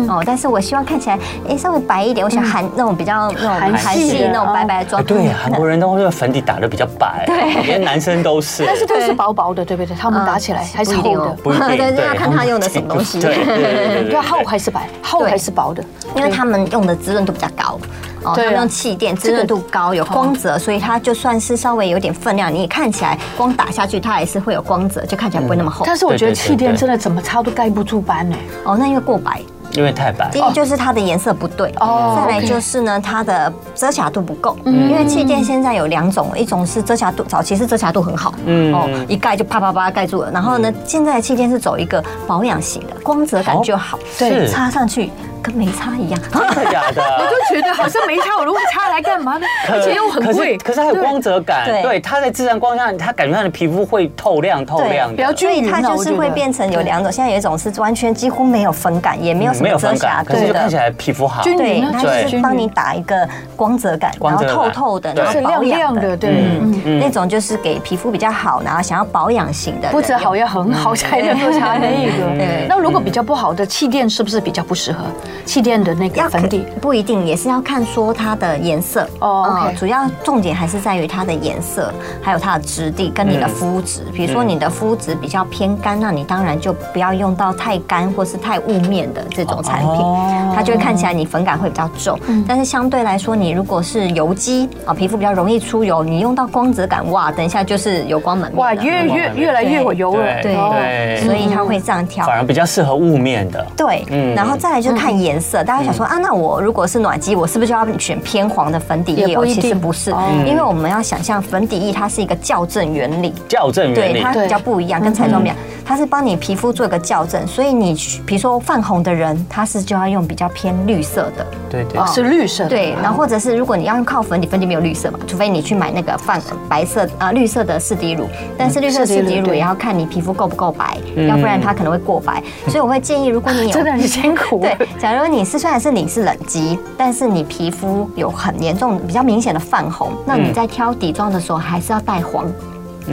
[SPEAKER 3] 哦，但是我希望看起来哎稍微白一点，我想韩那种比较那种
[SPEAKER 2] 韩
[SPEAKER 3] 韩
[SPEAKER 2] 系
[SPEAKER 3] 系
[SPEAKER 2] 嗯的哦
[SPEAKER 3] 那种白白的
[SPEAKER 4] 啊
[SPEAKER 3] 妆，
[SPEAKER 4] 对，韩国人都会把粉底打得比较白，连男生都是。
[SPEAKER 2] 但是都是薄薄的，对不对？他们打起来还是厚的，
[SPEAKER 4] 嗯不一定
[SPEAKER 3] 对，
[SPEAKER 4] 对
[SPEAKER 3] 要看他用的什么东西。
[SPEAKER 4] 对对对对对对
[SPEAKER 2] 要厚还是白，厚还是薄的，
[SPEAKER 3] 因为他们用的滋润度比较高，哦，他
[SPEAKER 2] 对啊
[SPEAKER 3] 们用气垫滋润度高，有光泽，所以它就算是稍微有点分量，你看起来光打下去，它也是会有光泽，就看起来不会那么厚
[SPEAKER 2] 但。是我觉得
[SPEAKER 4] 对对对
[SPEAKER 2] 气垫
[SPEAKER 4] 对
[SPEAKER 2] 真的怎么擦都盖不住斑呢。
[SPEAKER 3] 哦，那因为过白，
[SPEAKER 4] 因为太白
[SPEAKER 3] 第。一就是它的颜色不对，
[SPEAKER 2] 哦
[SPEAKER 3] 再来
[SPEAKER 2] OK 嗯
[SPEAKER 3] 就是呢，它的遮瑕度不够，因为气垫现在有两种，一种是遮瑕度，早期是遮瑕度很好，
[SPEAKER 4] 嗯
[SPEAKER 3] 哦，一盖就啪啪啪盖住了，然后
[SPEAKER 2] 嗯
[SPEAKER 3] 呢，现在的气垫是走一个保养型的，光泽感就好，
[SPEAKER 4] 对是
[SPEAKER 3] 擦上去跟没擦一样。
[SPEAKER 4] 哦真的假 的？
[SPEAKER 2] 就觉得好像没擦，我如果擦来干嘛呢？而
[SPEAKER 4] 可
[SPEAKER 2] 且又很
[SPEAKER 4] 可是
[SPEAKER 2] 贵，
[SPEAKER 4] 可是它有光泽感，
[SPEAKER 3] 对
[SPEAKER 4] 对，它在自然光下，它感觉它的皮肤会透亮透
[SPEAKER 3] 对
[SPEAKER 4] 亮的，
[SPEAKER 2] 不要
[SPEAKER 3] 所
[SPEAKER 2] 均
[SPEAKER 3] 以
[SPEAKER 2] 匀
[SPEAKER 4] 哦
[SPEAKER 3] 它
[SPEAKER 2] 了，
[SPEAKER 3] 就
[SPEAKER 2] 我
[SPEAKER 3] 是
[SPEAKER 2] 觉
[SPEAKER 3] 会
[SPEAKER 2] 得
[SPEAKER 3] 变成有两种，现在有一种是完全几乎没有粉感，也没有什
[SPEAKER 4] 嗯没
[SPEAKER 3] 么
[SPEAKER 4] 有
[SPEAKER 3] 遮
[SPEAKER 4] 粉
[SPEAKER 3] 瑕
[SPEAKER 4] 感，
[SPEAKER 3] 度
[SPEAKER 4] 可是就看起
[SPEAKER 3] 的。
[SPEAKER 4] 来皮肤好。
[SPEAKER 2] 均
[SPEAKER 3] 对，
[SPEAKER 2] 匀
[SPEAKER 3] 它
[SPEAKER 4] 对
[SPEAKER 3] 就是帮你打一个光泽感，然
[SPEAKER 4] 光
[SPEAKER 3] 后
[SPEAKER 4] 泽
[SPEAKER 3] 透
[SPEAKER 4] 感
[SPEAKER 3] 透的，
[SPEAKER 4] 对
[SPEAKER 3] 然
[SPEAKER 2] 是
[SPEAKER 3] 后保
[SPEAKER 2] 亮
[SPEAKER 3] 养
[SPEAKER 2] 亮
[SPEAKER 3] 的
[SPEAKER 2] 的，，对，嗯
[SPEAKER 3] 嗯，那种就是给皮肤比较好，然后想要保养型的人用，
[SPEAKER 4] 嗯
[SPEAKER 2] 不止好要很好才能够擦那个。
[SPEAKER 3] 对
[SPEAKER 2] 那如果比较不好的气垫是不是比较不适合？气垫的那个
[SPEAKER 3] 要
[SPEAKER 2] 粉底
[SPEAKER 3] 看不一定，也是要看说它的颜色
[SPEAKER 2] 哦
[SPEAKER 3] 嗯
[SPEAKER 2] OK
[SPEAKER 3] 主要重点还是在于它的颜色，还有它的质地跟你的肤质。
[SPEAKER 2] 嗯
[SPEAKER 3] 比如说你的肤质比较偏干，那你当然就不要用到太干或是太雾面的这种产品
[SPEAKER 4] 哦，
[SPEAKER 3] 它就会看起来你粉感会比较重。
[SPEAKER 2] 嗯
[SPEAKER 3] 但是相对来说，你如果是油肌啊，皮肤比较容易出油，你用到光泽感，哇，等一下就是油光满面
[SPEAKER 2] 哇，
[SPEAKER 3] 了
[SPEAKER 2] 越越越来越油了，
[SPEAKER 3] 对
[SPEAKER 2] 哦
[SPEAKER 4] 对
[SPEAKER 3] 所以它会这样
[SPEAKER 2] 啊
[SPEAKER 3] 挑
[SPEAKER 4] 反。而比较适合雾面的。
[SPEAKER 3] 对，
[SPEAKER 4] 嗯
[SPEAKER 3] 然后再来就看颜色，大家想说啊，那我如果是暖肌，我是不是就要选偏黄的粉底
[SPEAKER 2] 也
[SPEAKER 3] 液
[SPEAKER 2] 不
[SPEAKER 3] 哦？
[SPEAKER 2] 一
[SPEAKER 3] 其实
[SPEAKER 2] 定
[SPEAKER 3] 不是
[SPEAKER 2] 哦，
[SPEAKER 3] 因为我们要想象粉底液它是一个校正原理。
[SPEAKER 4] 校正原
[SPEAKER 3] 对
[SPEAKER 4] 理
[SPEAKER 3] 它，
[SPEAKER 2] 对嗯
[SPEAKER 3] 比较不一样，跟彩妆不一样，它是帮你皮肤做一个校正，所以你去比如说泛红的人，它是就要用比较偏绿色的，
[SPEAKER 4] 对对
[SPEAKER 2] 哦是绿色的，
[SPEAKER 3] 对，然后或者是如果你要用靠粉底，粉底没有绿色嘛，除非你去买那个泛白色啊、绿色的四滴乳，但是绿色
[SPEAKER 2] 嗯四滴
[SPEAKER 3] 四
[SPEAKER 2] 乳
[SPEAKER 3] 滴乳
[SPEAKER 2] 对
[SPEAKER 3] 也要看你皮肤够不够白，要不然它可能会过白，所以我会建议如果你有
[SPEAKER 2] 真的很辛苦。
[SPEAKER 3] 对，假如你是虽然是你是冷肌，但是你皮肤有很严重、比较明显的泛红，
[SPEAKER 2] 嗯
[SPEAKER 3] 那你在挑底妆的时候还是要带黄，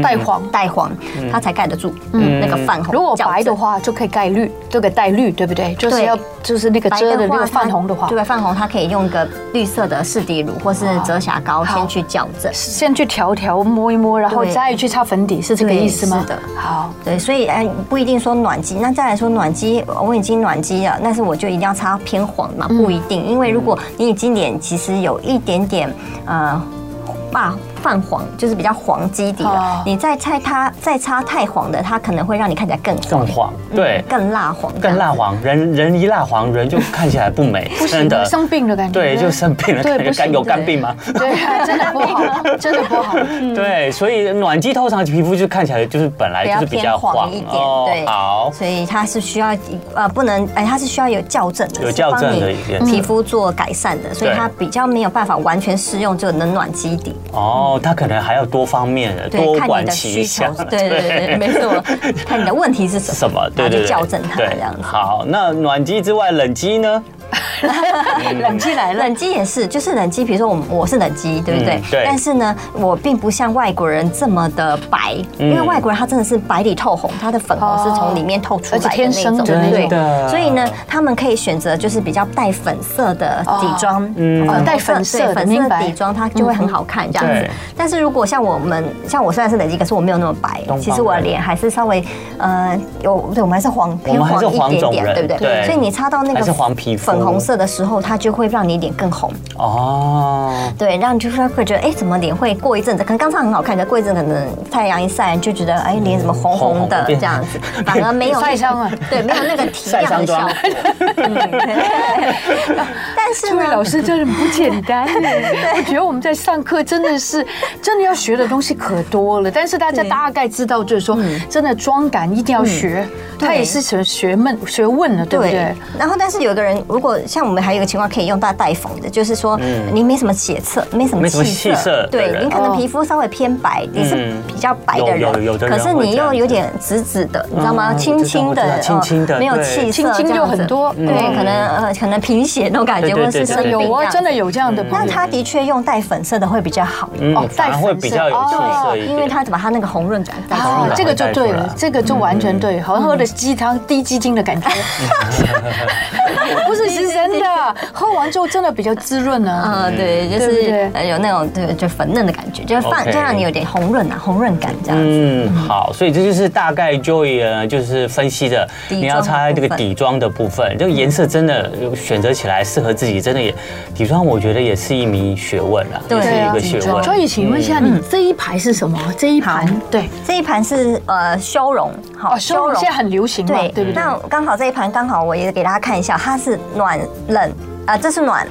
[SPEAKER 2] 带黄。
[SPEAKER 3] 带黄，它才盖得住嗯那个泛红。
[SPEAKER 2] 如果
[SPEAKER 3] 矫
[SPEAKER 2] 白的
[SPEAKER 3] 正，
[SPEAKER 2] 话就可以盖绿，这个带绿对不对？就是要就是那个
[SPEAKER 3] 白
[SPEAKER 2] 遮的那
[SPEAKER 3] 话
[SPEAKER 2] 个泛
[SPEAKER 3] 它
[SPEAKER 2] 红的话，哦
[SPEAKER 3] 对，泛红它可以用个绿色的适底乳或是遮瑕膏
[SPEAKER 2] 好
[SPEAKER 3] 先去矫正。
[SPEAKER 2] 先去调调摸一摸，然后
[SPEAKER 3] 对
[SPEAKER 2] 再去擦粉底，是这个
[SPEAKER 3] 对
[SPEAKER 2] 意思吗？
[SPEAKER 3] 是的
[SPEAKER 2] 好，
[SPEAKER 3] 对，所以哎，不一定说暖肌。那再来说暖肌，我已经暖肌了，但是我就一定要擦偏黄嘛？不一定，因为如果你已经脸其实有一点点呃。泛泛黄就是比较黄基底
[SPEAKER 2] 哦
[SPEAKER 3] 了，你再擦它再擦太黄的，它可能会让你看起来更
[SPEAKER 4] 更
[SPEAKER 3] 黄，嗯
[SPEAKER 4] 黄，
[SPEAKER 2] 嗯
[SPEAKER 4] 对，
[SPEAKER 3] 更蜡黄，
[SPEAKER 4] 更蜡。黄，人人一蜡黄，人就看起来不美，
[SPEAKER 2] 不行
[SPEAKER 4] 真的
[SPEAKER 2] 的，。生病的感觉。
[SPEAKER 4] 对，就生病了，
[SPEAKER 2] 对
[SPEAKER 4] 感觉
[SPEAKER 2] 不行
[SPEAKER 4] 肝有
[SPEAKER 2] 对
[SPEAKER 4] 肝病吗？
[SPEAKER 2] 对，啊真的不 好，真的不好。
[SPEAKER 4] 对，所以暖肌通常皮肤就看起来就是本来就是比
[SPEAKER 3] 比较偏
[SPEAKER 4] 较黄哦
[SPEAKER 3] 黄一点对
[SPEAKER 4] 好，
[SPEAKER 3] 所以它是需要呃不能哎，它是需要有校正的，
[SPEAKER 4] 有
[SPEAKER 3] 是
[SPEAKER 4] 校正
[SPEAKER 3] 帮你
[SPEAKER 4] 的一个
[SPEAKER 3] 皮肤做改善的，所以
[SPEAKER 4] 对
[SPEAKER 3] 它比较没有办法完全适用这个冷暖基底。
[SPEAKER 4] 哦，它可能还要多方面的，多
[SPEAKER 3] 对，看
[SPEAKER 4] 管
[SPEAKER 3] 你的
[SPEAKER 4] 齐
[SPEAKER 3] 需
[SPEAKER 4] 下
[SPEAKER 3] 求，。对对对，没 错，看你的问题是什么，
[SPEAKER 4] 是什么？
[SPEAKER 3] 然
[SPEAKER 4] 对
[SPEAKER 3] 后
[SPEAKER 4] 对
[SPEAKER 3] 就
[SPEAKER 4] 对，
[SPEAKER 3] 校正它
[SPEAKER 4] 对
[SPEAKER 3] 这样子。
[SPEAKER 4] 好，那暖肌之外，冷肌呢？
[SPEAKER 2] 冷气来了，
[SPEAKER 3] 冷肌也是，就是冷肌，比如说我们我是冷肌，对不对
[SPEAKER 4] 嗯？对
[SPEAKER 3] 但是呢，我并不像外国人这么的白，因
[SPEAKER 4] 嗯
[SPEAKER 3] 为外国人他真的是白里透红，他的粉红是从里面透出来
[SPEAKER 2] 哦而
[SPEAKER 3] 的
[SPEAKER 2] 且天
[SPEAKER 3] 那
[SPEAKER 2] 生
[SPEAKER 3] 种，
[SPEAKER 2] 的那
[SPEAKER 4] 对
[SPEAKER 2] 种
[SPEAKER 4] 的
[SPEAKER 3] 所以呢，他们可以选择就是比较带粉色的底妆，
[SPEAKER 4] 嗯
[SPEAKER 3] 红色
[SPEAKER 2] 哦带粉色的
[SPEAKER 3] 对粉
[SPEAKER 2] 明
[SPEAKER 3] 色
[SPEAKER 2] 白
[SPEAKER 3] 底妆，它就会很好看这样
[SPEAKER 4] 嗯
[SPEAKER 3] 子
[SPEAKER 4] 对。
[SPEAKER 3] 但是如果像我们，像我虽然是冷肌，可是我没有那么白
[SPEAKER 4] 东方，人
[SPEAKER 3] 其实我的脸还是稍微呃有，对我们还是黄
[SPEAKER 4] 我们
[SPEAKER 3] 偏
[SPEAKER 4] 还
[SPEAKER 3] 黄
[SPEAKER 4] 是黄
[SPEAKER 3] 一点
[SPEAKER 4] 种人
[SPEAKER 3] 点，对不对？
[SPEAKER 4] 对
[SPEAKER 3] 所以你擦到那
[SPEAKER 4] 还
[SPEAKER 3] 个
[SPEAKER 4] 是黄皮肤
[SPEAKER 3] 粉红色的时候，它就会让你脸更红。
[SPEAKER 4] 哦，
[SPEAKER 3] 对，让你就是会觉得，哎，怎么脸会过一阵子，可能刚擦很好看，可过一阵子可能太阳一晒，你就觉得，哎，脸怎么红红
[SPEAKER 4] 红
[SPEAKER 3] 的
[SPEAKER 4] 红变
[SPEAKER 3] 这样子，反而没有
[SPEAKER 2] 晒伤了，
[SPEAKER 3] 对，没有那个提
[SPEAKER 4] 晒
[SPEAKER 3] 亮
[SPEAKER 4] 伤
[SPEAKER 3] 的效
[SPEAKER 4] 妆
[SPEAKER 3] 果。但是
[SPEAKER 2] 这位老
[SPEAKER 3] 呢，
[SPEAKER 2] 师真的不简单耶我觉得我们在上课真的是真的要学的东西可多了，但是大家
[SPEAKER 3] 对
[SPEAKER 2] 大概知道，就是说真的妆感一定要学，
[SPEAKER 3] 嗯对
[SPEAKER 2] 它也是学学问学问了，对不对？，
[SPEAKER 3] 然后但是有的人，如果像我们还有一个情况可以用到带粉的，就是说你没什么血色，没什么
[SPEAKER 4] 没什么
[SPEAKER 3] 气
[SPEAKER 4] 气色
[SPEAKER 3] 色，对
[SPEAKER 4] 的人
[SPEAKER 3] 你可能皮肤稍微偏白，你是
[SPEAKER 4] 嗯
[SPEAKER 3] 比较白的
[SPEAKER 4] 有有有
[SPEAKER 3] 人，
[SPEAKER 4] 的
[SPEAKER 3] 可
[SPEAKER 4] 人
[SPEAKER 3] 是
[SPEAKER 4] 会
[SPEAKER 3] 你
[SPEAKER 4] 这样
[SPEAKER 3] 又
[SPEAKER 4] 子
[SPEAKER 3] 有点紫紫的，你知道
[SPEAKER 4] 我
[SPEAKER 3] 吗？
[SPEAKER 4] 知道
[SPEAKER 3] 青青
[SPEAKER 4] 我知道
[SPEAKER 3] 的，
[SPEAKER 4] 青青的
[SPEAKER 3] 呃没有
[SPEAKER 4] 对
[SPEAKER 3] 气色，
[SPEAKER 2] 青青就很多
[SPEAKER 3] 对，可能呃可能贫血那种感觉，
[SPEAKER 4] 对对
[SPEAKER 3] 或者是
[SPEAKER 4] 对
[SPEAKER 3] 生
[SPEAKER 4] 对
[SPEAKER 3] 病
[SPEAKER 2] 有
[SPEAKER 3] 这
[SPEAKER 2] 啊，
[SPEAKER 3] 样嗯
[SPEAKER 2] 真的有这样的朋
[SPEAKER 3] 那
[SPEAKER 2] 友。
[SPEAKER 3] 它的确用带粉色的会比较好，
[SPEAKER 2] 哦
[SPEAKER 4] 嗯，
[SPEAKER 2] 带
[SPEAKER 4] 反而会
[SPEAKER 2] 粉
[SPEAKER 4] 比
[SPEAKER 2] 色
[SPEAKER 4] 较有气
[SPEAKER 2] 哦
[SPEAKER 4] 色一
[SPEAKER 3] 对，啊
[SPEAKER 4] 点，
[SPEAKER 3] 因为它怎么它那个嗯红润感带
[SPEAKER 4] 当
[SPEAKER 2] 哦
[SPEAKER 4] 然，
[SPEAKER 2] 这个就对
[SPEAKER 4] 会带出
[SPEAKER 2] 了
[SPEAKER 4] 来，嗯
[SPEAKER 2] 这个就完全对，好像喝的鸡汤低鸡精的 感觉， 不是是 真的，喝完之后真的比较滋润啊呢。
[SPEAKER 3] 嗯，对，就
[SPEAKER 2] 对不对
[SPEAKER 3] 是呃有那种对，就粉嫩的感觉，就是放
[SPEAKER 4] OK
[SPEAKER 3] 就让你有点红润啊，红润感这样子。
[SPEAKER 4] 嗯，好，所以这就是大概 Joy 呃就是分析的，
[SPEAKER 3] 底妆的嗯
[SPEAKER 4] 你要擦这个底妆的部分，这个颜色真的选择起来适合自己，真的也底妆我觉得也是一名学问啊，
[SPEAKER 3] 对
[SPEAKER 4] 也是一个学
[SPEAKER 3] 底妆
[SPEAKER 4] 问。
[SPEAKER 2] 所以请问一下，你这一排是什么？这一盘
[SPEAKER 3] 哦嗯好
[SPEAKER 2] 对，
[SPEAKER 3] 这一盘是呃修容，好
[SPEAKER 2] 哦，修容现在很流行嘛，
[SPEAKER 3] 对
[SPEAKER 2] 对不对？
[SPEAKER 3] 那刚好这一盘刚好我也给大家看一下，它是暖冷啊，这是暖。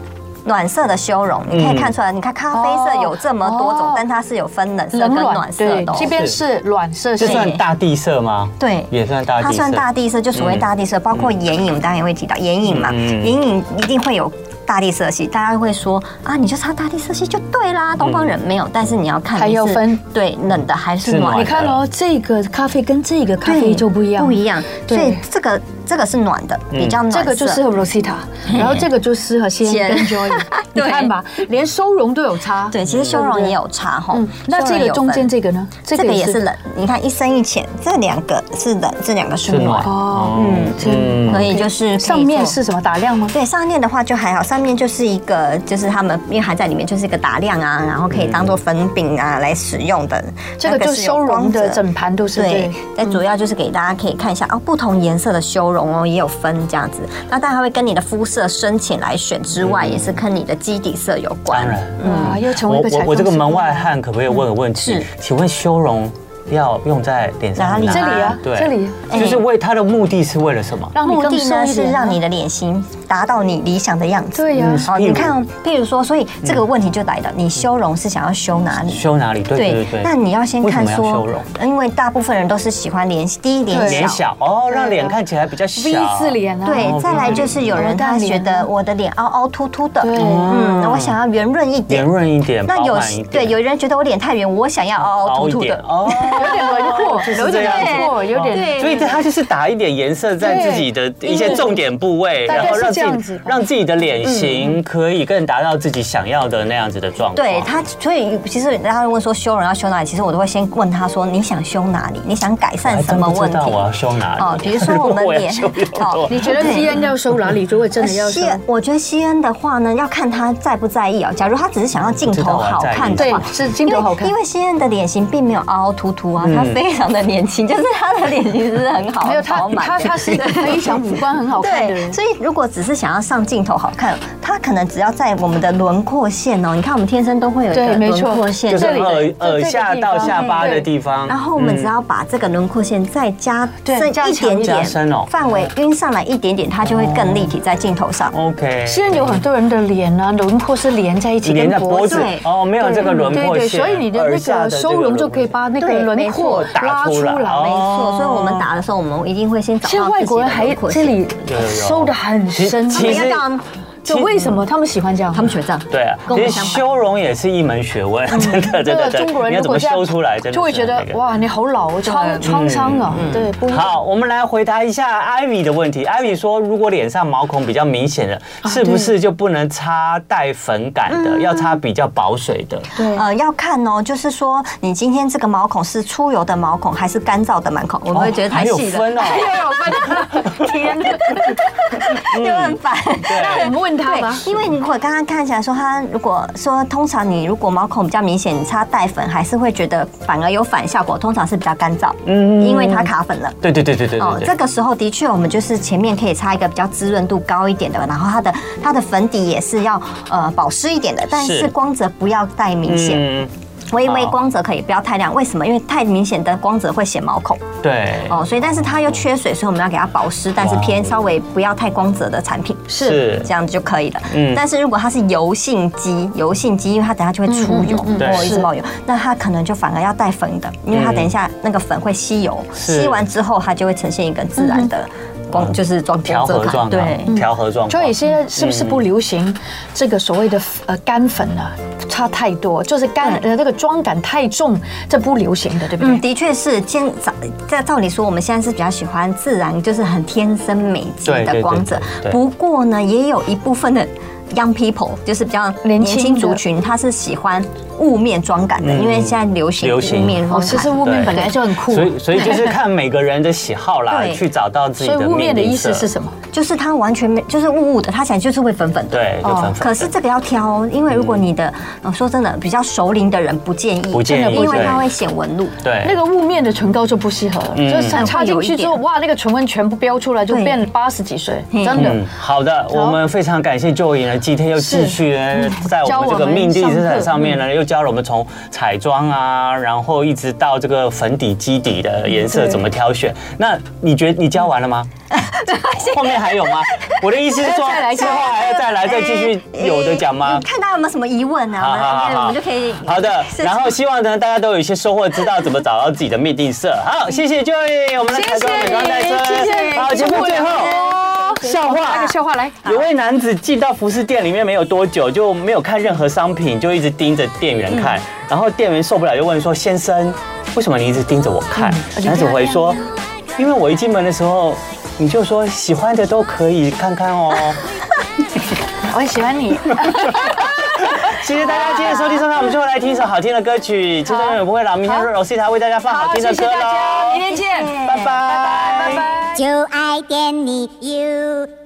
[SPEAKER 3] 暖色的修容，你可以看出来，你看咖啡色有这么多
[SPEAKER 2] 哦
[SPEAKER 3] 种，但它是有分冷色跟
[SPEAKER 2] 冷
[SPEAKER 3] 暖
[SPEAKER 2] 暖
[SPEAKER 3] 色
[SPEAKER 2] 对
[SPEAKER 3] 的哦。，
[SPEAKER 2] 这边是暖色系
[SPEAKER 4] 这，算大地色吗？
[SPEAKER 3] 对
[SPEAKER 4] 也算大地色。
[SPEAKER 3] 它
[SPEAKER 4] 嗯
[SPEAKER 3] 算大地色，就所谓大地色，包括眼影，我们当然也会提到眼影嘛，
[SPEAKER 4] 嗯
[SPEAKER 3] 眼影一定会有大地色系，大家会说啊，你就擦大地色系就对啦，东方人没有，但是你要看
[SPEAKER 2] 嗯还
[SPEAKER 3] 你
[SPEAKER 2] 有
[SPEAKER 3] 是
[SPEAKER 2] 分
[SPEAKER 3] 对冷的还
[SPEAKER 4] 是
[SPEAKER 3] 是
[SPEAKER 4] 暖
[SPEAKER 3] 暖
[SPEAKER 4] 的
[SPEAKER 2] 你
[SPEAKER 3] 的。
[SPEAKER 2] 看哦，这个咖啡跟这个咖
[SPEAKER 3] 对
[SPEAKER 2] 啡就不一样，
[SPEAKER 3] 不一样。
[SPEAKER 2] 对
[SPEAKER 3] 所以这个这个是暖的，
[SPEAKER 4] 嗯
[SPEAKER 3] 比较暖色。
[SPEAKER 2] 这个就适合 Rosita，然后这个就适合先
[SPEAKER 3] 先
[SPEAKER 2] 跟 Joy。你
[SPEAKER 3] 对
[SPEAKER 2] 看吧，连收容都有差。
[SPEAKER 3] 对，其实修容也有差哈
[SPEAKER 2] 嗯，。那
[SPEAKER 3] 嗯修
[SPEAKER 2] 这
[SPEAKER 3] 容
[SPEAKER 2] 个
[SPEAKER 3] 有
[SPEAKER 2] 中
[SPEAKER 3] 分
[SPEAKER 2] 间这个呢？
[SPEAKER 3] 这个也是冷，你看一深一浅，这两个是冷，这两个是
[SPEAKER 4] 是暖
[SPEAKER 3] 暖，
[SPEAKER 2] 哦，
[SPEAKER 4] 嗯
[SPEAKER 2] 这样
[SPEAKER 3] 所以就是可以
[SPEAKER 2] 上面
[SPEAKER 3] 做
[SPEAKER 2] 是什么打亮吗？
[SPEAKER 3] 对上面的话就还好，上面就是一个，就是他们因为还在里面，就是一个打亮啊，然后可以
[SPEAKER 4] 嗯
[SPEAKER 3] 当做粉饼啊来使用的。
[SPEAKER 2] 这个
[SPEAKER 3] 那
[SPEAKER 2] 就是
[SPEAKER 3] 有
[SPEAKER 2] 修容
[SPEAKER 3] 光泽
[SPEAKER 2] 的整盘都是
[SPEAKER 3] 对
[SPEAKER 2] 对。，嗯
[SPEAKER 3] 但主要就是给大家可以看一下哦，不同颜色的修容哦也有分这样子。那当然会跟你的肤色深浅来选之外，也是跟你的基底色有关
[SPEAKER 4] 嗯当。然。
[SPEAKER 2] 啊，又成为
[SPEAKER 4] 我
[SPEAKER 2] 一个
[SPEAKER 4] 我
[SPEAKER 2] 彩
[SPEAKER 4] 我这个
[SPEAKER 2] 妆师嗯
[SPEAKER 4] 门外汉可不可以问个问题？
[SPEAKER 3] 是
[SPEAKER 4] 请问修容要用在脸上
[SPEAKER 3] 哪里
[SPEAKER 2] 这里啊，
[SPEAKER 4] 对，
[SPEAKER 2] 这里
[SPEAKER 4] 就是为它的目的是为了什么？
[SPEAKER 2] 让你
[SPEAKER 3] 目
[SPEAKER 2] 更
[SPEAKER 3] 的
[SPEAKER 2] 瘦
[SPEAKER 3] 呢
[SPEAKER 2] 一
[SPEAKER 3] 是
[SPEAKER 2] 点
[SPEAKER 3] 让你的脸型达到你理想的样子。
[SPEAKER 2] 对呀嗯
[SPEAKER 3] 好，
[SPEAKER 4] 譬如
[SPEAKER 3] 你看哦，譬如说，所以这个问题就来了，你修容是想要修哪里？
[SPEAKER 4] 修哪里？对嗯对对对。
[SPEAKER 3] 那你要先看
[SPEAKER 4] 为什么要修
[SPEAKER 3] 说
[SPEAKER 4] 容，
[SPEAKER 3] 因为大部分人都是喜欢脸第一
[SPEAKER 2] 对
[SPEAKER 3] 脸
[SPEAKER 4] 脸
[SPEAKER 3] 小。
[SPEAKER 4] 小哦，让脸看起来比较小。
[SPEAKER 2] V 字。脸啊，
[SPEAKER 3] 对，再来就是有人他觉得我的脸凹凹凸凸的，
[SPEAKER 2] 对
[SPEAKER 3] 嗯，那我想要圆润一
[SPEAKER 4] 圆
[SPEAKER 3] 点。
[SPEAKER 4] 润一点，
[SPEAKER 3] 那
[SPEAKER 4] 饱
[SPEAKER 3] 有
[SPEAKER 4] 满一点
[SPEAKER 3] 对有人觉得我脸太圆，我想要凹凹
[SPEAKER 4] 凹
[SPEAKER 3] 凸
[SPEAKER 4] 一
[SPEAKER 3] 凸
[SPEAKER 4] 点
[SPEAKER 3] 的，
[SPEAKER 4] 哦，
[SPEAKER 2] 有点轮廓，有
[SPEAKER 4] 这
[SPEAKER 2] 点
[SPEAKER 4] 样
[SPEAKER 2] 轮廓，有点
[SPEAKER 3] 对
[SPEAKER 4] 所以它就是打一点颜色在自己的一些重点部位，
[SPEAKER 2] 大概
[SPEAKER 4] 然后让
[SPEAKER 2] 是
[SPEAKER 4] 自
[SPEAKER 2] 这样
[SPEAKER 4] 己
[SPEAKER 2] 子嗯
[SPEAKER 4] 让自己的脸型可以更达到自己想要的那样子的状况。
[SPEAKER 3] 对他，所以其实大家问说修容要修哪里，其实我都会先问他说你想修哪里，你想改
[SPEAKER 4] 我
[SPEAKER 3] 善
[SPEAKER 4] 还
[SPEAKER 3] 什
[SPEAKER 4] 真
[SPEAKER 3] 么
[SPEAKER 4] 不
[SPEAKER 3] 问
[SPEAKER 4] 知
[SPEAKER 3] 题？
[SPEAKER 4] 道我要修哪里。
[SPEAKER 3] 哦比如说我 们
[SPEAKER 4] 如果要
[SPEAKER 3] 脸
[SPEAKER 4] 修容的话
[SPEAKER 3] 哦
[SPEAKER 2] 你觉得西恩要收哪里？如果真的要收
[SPEAKER 3] 西，恩，我觉得西恩的话呢，要看他在不在意哦。假如他只是想要镜头好看的
[SPEAKER 2] 对
[SPEAKER 3] 话，，
[SPEAKER 2] 是镜头好看
[SPEAKER 3] 因。为西恩的脸型并没有凹凹凸凸啊，他
[SPEAKER 4] 嗯
[SPEAKER 3] 非常的年轻，就是他的脸型是很好，
[SPEAKER 2] 没有
[SPEAKER 3] 饱
[SPEAKER 2] 他，
[SPEAKER 3] 满
[SPEAKER 2] 他
[SPEAKER 3] 的
[SPEAKER 2] 他是一个非常五官很好看的
[SPEAKER 3] 对，
[SPEAKER 2] 人。
[SPEAKER 3] 所以如果只是想要上镜头好看，他可能只要在我们的轮廓线哦，你看我们天生都会有一
[SPEAKER 2] 对
[SPEAKER 3] 个
[SPEAKER 2] 没
[SPEAKER 3] 轮
[SPEAKER 2] 错
[SPEAKER 3] 廓线
[SPEAKER 4] 就，是嗯
[SPEAKER 2] 这里的
[SPEAKER 4] 耳
[SPEAKER 2] 这
[SPEAKER 4] 耳
[SPEAKER 2] 个
[SPEAKER 4] 下
[SPEAKER 2] 地
[SPEAKER 4] 到
[SPEAKER 2] 方嗯
[SPEAKER 4] 下巴的
[SPEAKER 2] 对
[SPEAKER 4] 地方，
[SPEAKER 3] 然后我们只要把这个轮廓线再加
[SPEAKER 2] 对
[SPEAKER 3] 深
[SPEAKER 2] 加
[SPEAKER 3] 一
[SPEAKER 2] 强
[SPEAKER 3] 点
[SPEAKER 4] 加
[SPEAKER 3] 点
[SPEAKER 4] 深哦，
[SPEAKER 3] 范围晕上来一点点，它就会更立体在镜头上。
[SPEAKER 4] 嗯 OK，
[SPEAKER 2] 现在有很多人的脸啊，轮廓是连在一起，
[SPEAKER 4] 连在
[SPEAKER 2] 跟
[SPEAKER 4] 脖子
[SPEAKER 3] 对
[SPEAKER 4] 哦，没有这个轮
[SPEAKER 2] 对
[SPEAKER 4] 廓
[SPEAKER 2] 对，
[SPEAKER 4] 线，
[SPEAKER 2] 所以你的
[SPEAKER 4] 耳
[SPEAKER 2] 那
[SPEAKER 4] 下
[SPEAKER 2] 个
[SPEAKER 4] 这
[SPEAKER 2] 收容就可以把那个
[SPEAKER 3] 对
[SPEAKER 2] 轮
[SPEAKER 3] 没错
[SPEAKER 2] 廓拉
[SPEAKER 4] 打
[SPEAKER 2] 出
[SPEAKER 4] 出来
[SPEAKER 2] 来。
[SPEAKER 4] 哦
[SPEAKER 3] 没错，所以我们打的时候，我们一定会先找
[SPEAKER 2] 现在
[SPEAKER 3] 到
[SPEAKER 2] 外
[SPEAKER 3] 自己
[SPEAKER 2] 国
[SPEAKER 3] 的
[SPEAKER 2] 人还
[SPEAKER 3] 轮廓
[SPEAKER 2] 这
[SPEAKER 3] 线。
[SPEAKER 2] 里
[SPEAKER 4] 有有有
[SPEAKER 2] 收的很
[SPEAKER 4] 其
[SPEAKER 2] 深，啊
[SPEAKER 4] 其
[SPEAKER 3] 他们
[SPEAKER 4] 实
[SPEAKER 3] 要这样，
[SPEAKER 2] 就为什么他们喜欢这样？
[SPEAKER 3] 他们学这样。
[SPEAKER 4] 对啊，
[SPEAKER 3] 跟我
[SPEAKER 4] 其
[SPEAKER 3] 们
[SPEAKER 4] 实
[SPEAKER 3] 相反
[SPEAKER 4] 修容也是一门学问，真的真
[SPEAKER 2] 嗯这
[SPEAKER 4] 的
[SPEAKER 2] 个
[SPEAKER 4] 真的。
[SPEAKER 2] 中国人
[SPEAKER 4] 你要
[SPEAKER 2] 如
[SPEAKER 4] 怎
[SPEAKER 2] 果
[SPEAKER 4] 么
[SPEAKER 2] 这样
[SPEAKER 4] 修出来，真的是
[SPEAKER 2] 就会觉得
[SPEAKER 4] 那个。嗯
[SPEAKER 2] 哇，你好老，哦，创创伤啊，对，不一样
[SPEAKER 4] 好，我们来回答一下艾米的问题。艾米说，如果脸上毛孔比较明显的，
[SPEAKER 2] 啊
[SPEAKER 4] 是不是就不能擦带粉感的，要擦比较保水的？
[SPEAKER 2] 嗯对
[SPEAKER 3] 呃，要看哦，就是说你今天这个毛孔是出油的毛孔还是干燥的毛孔，我们会觉得
[SPEAKER 4] 还
[SPEAKER 3] 太
[SPEAKER 4] 有
[SPEAKER 3] 细了，
[SPEAKER 4] 分哦，
[SPEAKER 2] 天哪，
[SPEAKER 3] 就很烦。
[SPEAKER 2] 那我们问
[SPEAKER 4] 嗯
[SPEAKER 2] 他吧。
[SPEAKER 3] 对，因为你如果刚刚看起来说，它如果说通常你如果毛孔比较明显，你擦带粉还是会觉得反而有反效果，通常是比较干燥，嗯，因为它卡粉了。
[SPEAKER 4] 对对对对对
[SPEAKER 3] 哦，
[SPEAKER 4] 对
[SPEAKER 3] 这
[SPEAKER 4] 对。
[SPEAKER 3] 个时候的确，我们就是前面可以擦一个比较滋润度高一点的，然后它的它的粉底也是要呃保湿一点的，但
[SPEAKER 4] 是
[SPEAKER 3] 是光泽不要太明显。
[SPEAKER 4] 嗯，
[SPEAKER 3] 微微
[SPEAKER 4] 好
[SPEAKER 3] 光泽可以，不要太亮。为什么？因为太明显的光泽会显毛孔
[SPEAKER 4] 对，
[SPEAKER 3] 哦，所以但是它又缺水，所以我们要给它保湿，但是
[SPEAKER 4] 哇
[SPEAKER 3] 偏稍微不要太光泽的产品，
[SPEAKER 4] 是
[SPEAKER 3] 这样子就可以了。
[SPEAKER 4] 嗯
[SPEAKER 3] 但是如果它是油性肌，油性肌，因为它等下就会出油，
[SPEAKER 4] 对
[SPEAKER 3] 哦，一直冒油，那它可能就反而要带粉的，因为它等一下那个粉会吸油，
[SPEAKER 4] 是
[SPEAKER 3] 吸完之后它就会呈现一个自然的光，就是状
[SPEAKER 4] 调和状况，
[SPEAKER 3] 对。
[SPEAKER 4] 调和状况。
[SPEAKER 2] 所以现在是不是不流
[SPEAKER 4] 嗯
[SPEAKER 2] 行这个所谓的呃干粉啊？差太多，就是干呃那个妆感太重，这不流行的，对不
[SPEAKER 3] 嗯，
[SPEAKER 2] 对？
[SPEAKER 3] 的确是，今照在照理说，我们现在是比较喜欢自然，就是很天生美肌
[SPEAKER 4] 对对对
[SPEAKER 3] 的光泽
[SPEAKER 4] 对对。
[SPEAKER 3] 不过呢，也有一部分的 young people，就是比较
[SPEAKER 2] 年轻的
[SPEAKER 3] 年轻族群，他是喜欢雾面妆感的，
[SPEAKER 4] 嗯
[SPEAKER 3] 因为现在流行
[SPEAKER 4] 流行
[SPEAKER 3] 雾面妆
[SPEAKER 2] 哦，
[SPEAKER 3] 感。
[SPEAKER 2] 其实雾面本来就很酷
[SPEAKER 4] 所，以，所以就是看每个人的喜好啦，
[SPEAKER 3] 对
[SPEAKER 4] 去找到自己
[SPEAKER 2] 所以
[SPEAKER 4] 的
[SPEAKER 2] 雾面的
[SPEAKER 4] 命
[SPEAKER 2] 意
[SPEAKER 4] 定色
[SPEAKER 2] 思是什么？
[SPEAKER 3] 就是它完全没，就是雾雾的，它起来就是会粉粉的。
[SPEAKER 4] 对，就
[SPEAKER 2] 哦
[SPEAKER 4] 粉粉。嗯
[SPEAKER 3] 可是这个要挑哦，因为如果你的，呃说真的，比较熟龄的人不建议，
[SPEAKER 4] 不建议
[SPEAKER 3] 真的因为
[SPEAKER 4] 对
[SPEAKER 3] 它会显纹路。
[SPEAKER 4] 对，嗯
[SPEAKER 2] 那个雾面的唇膏就不适合了，就是插进去之后，
[SPEAKER 3] 会有一点
[SPEAKER 2] 哇，那个唇纹全部飙出来，就
[SPEAKER 3] 对
[SPEAKER 2] 变八十几岁，
[SPEAKER 3] 嗯
[SPEAKER 2] 真的。
[SPEAKER 4] 嗯，好的，我们非常感谢就颖呢，今天又继续
[SPEAKER 2] 嗯
[SPEAKER 4] 呢，在我们这个命定之彩上面呢，又教了我们从彩妆啊，然后一直到这个粉底基底的颜色怎么挑选。那你觉得你教完 了吗？后面还有吗？我的意思是说，
[SPEAKER 2] 再来
[SPEAKER 4] 之后还哎要再来再继续有的讲
[SPEAKER 3] 哎？
[SPEAKER 4] 吗
[SPEAKER 3] 看大家有没有什么疑问呢？
[SPEAKER 4] 好好好
[SPEAKER 3] 我们
[SPEAKER 4] 好
[SPEAKER 3] 我们就可以。
[SPEAKER 4] 好的，
[SPEAKER 3] 是
[SPEAKER 4] 然后希望呢，大家都有一些收获，知道怎么找到自己的命定色。好，谢谢 Joy，我们的彩妆美妆戴森。好，节目最后。
[SPEAKER 2] 哦
[SPEAKER 4] 笑话
[SPEAKER 2] 来个笑话来。
[SPEAKER 4] 啊有位男子进到服饰店里面没有多久，就没有看任何商品，就一直盯着店员看。然后店员受不了，就问说：“先生，为什么你一直盯着我看？”男子回说：“因为我一进门的时候，你就说喜欢的都可以看看哦。
[SPEAKER 2] 啊我也喜欢你。
[SPEAKER 4] 谢谢大家今天的收听收看，我们最后来听一首好听的歌曲。青春永远不会老，明天 Rosita 为大家放好
[SPEAKER 2] 好，
[SPEAKER 4] 听
[SPEAKER 2] 谢
[SPEAKER 4] 的歌
[SPEAKER 2] 谢大家，
[SPEAKER 4] 喽
[SPEAKER 2] 明。天见，
[SPEAKER 4] 拜拜，拜
[SPEAKER 2] 拜拜。
[SPEAKER 5] 就爱点你 UFO。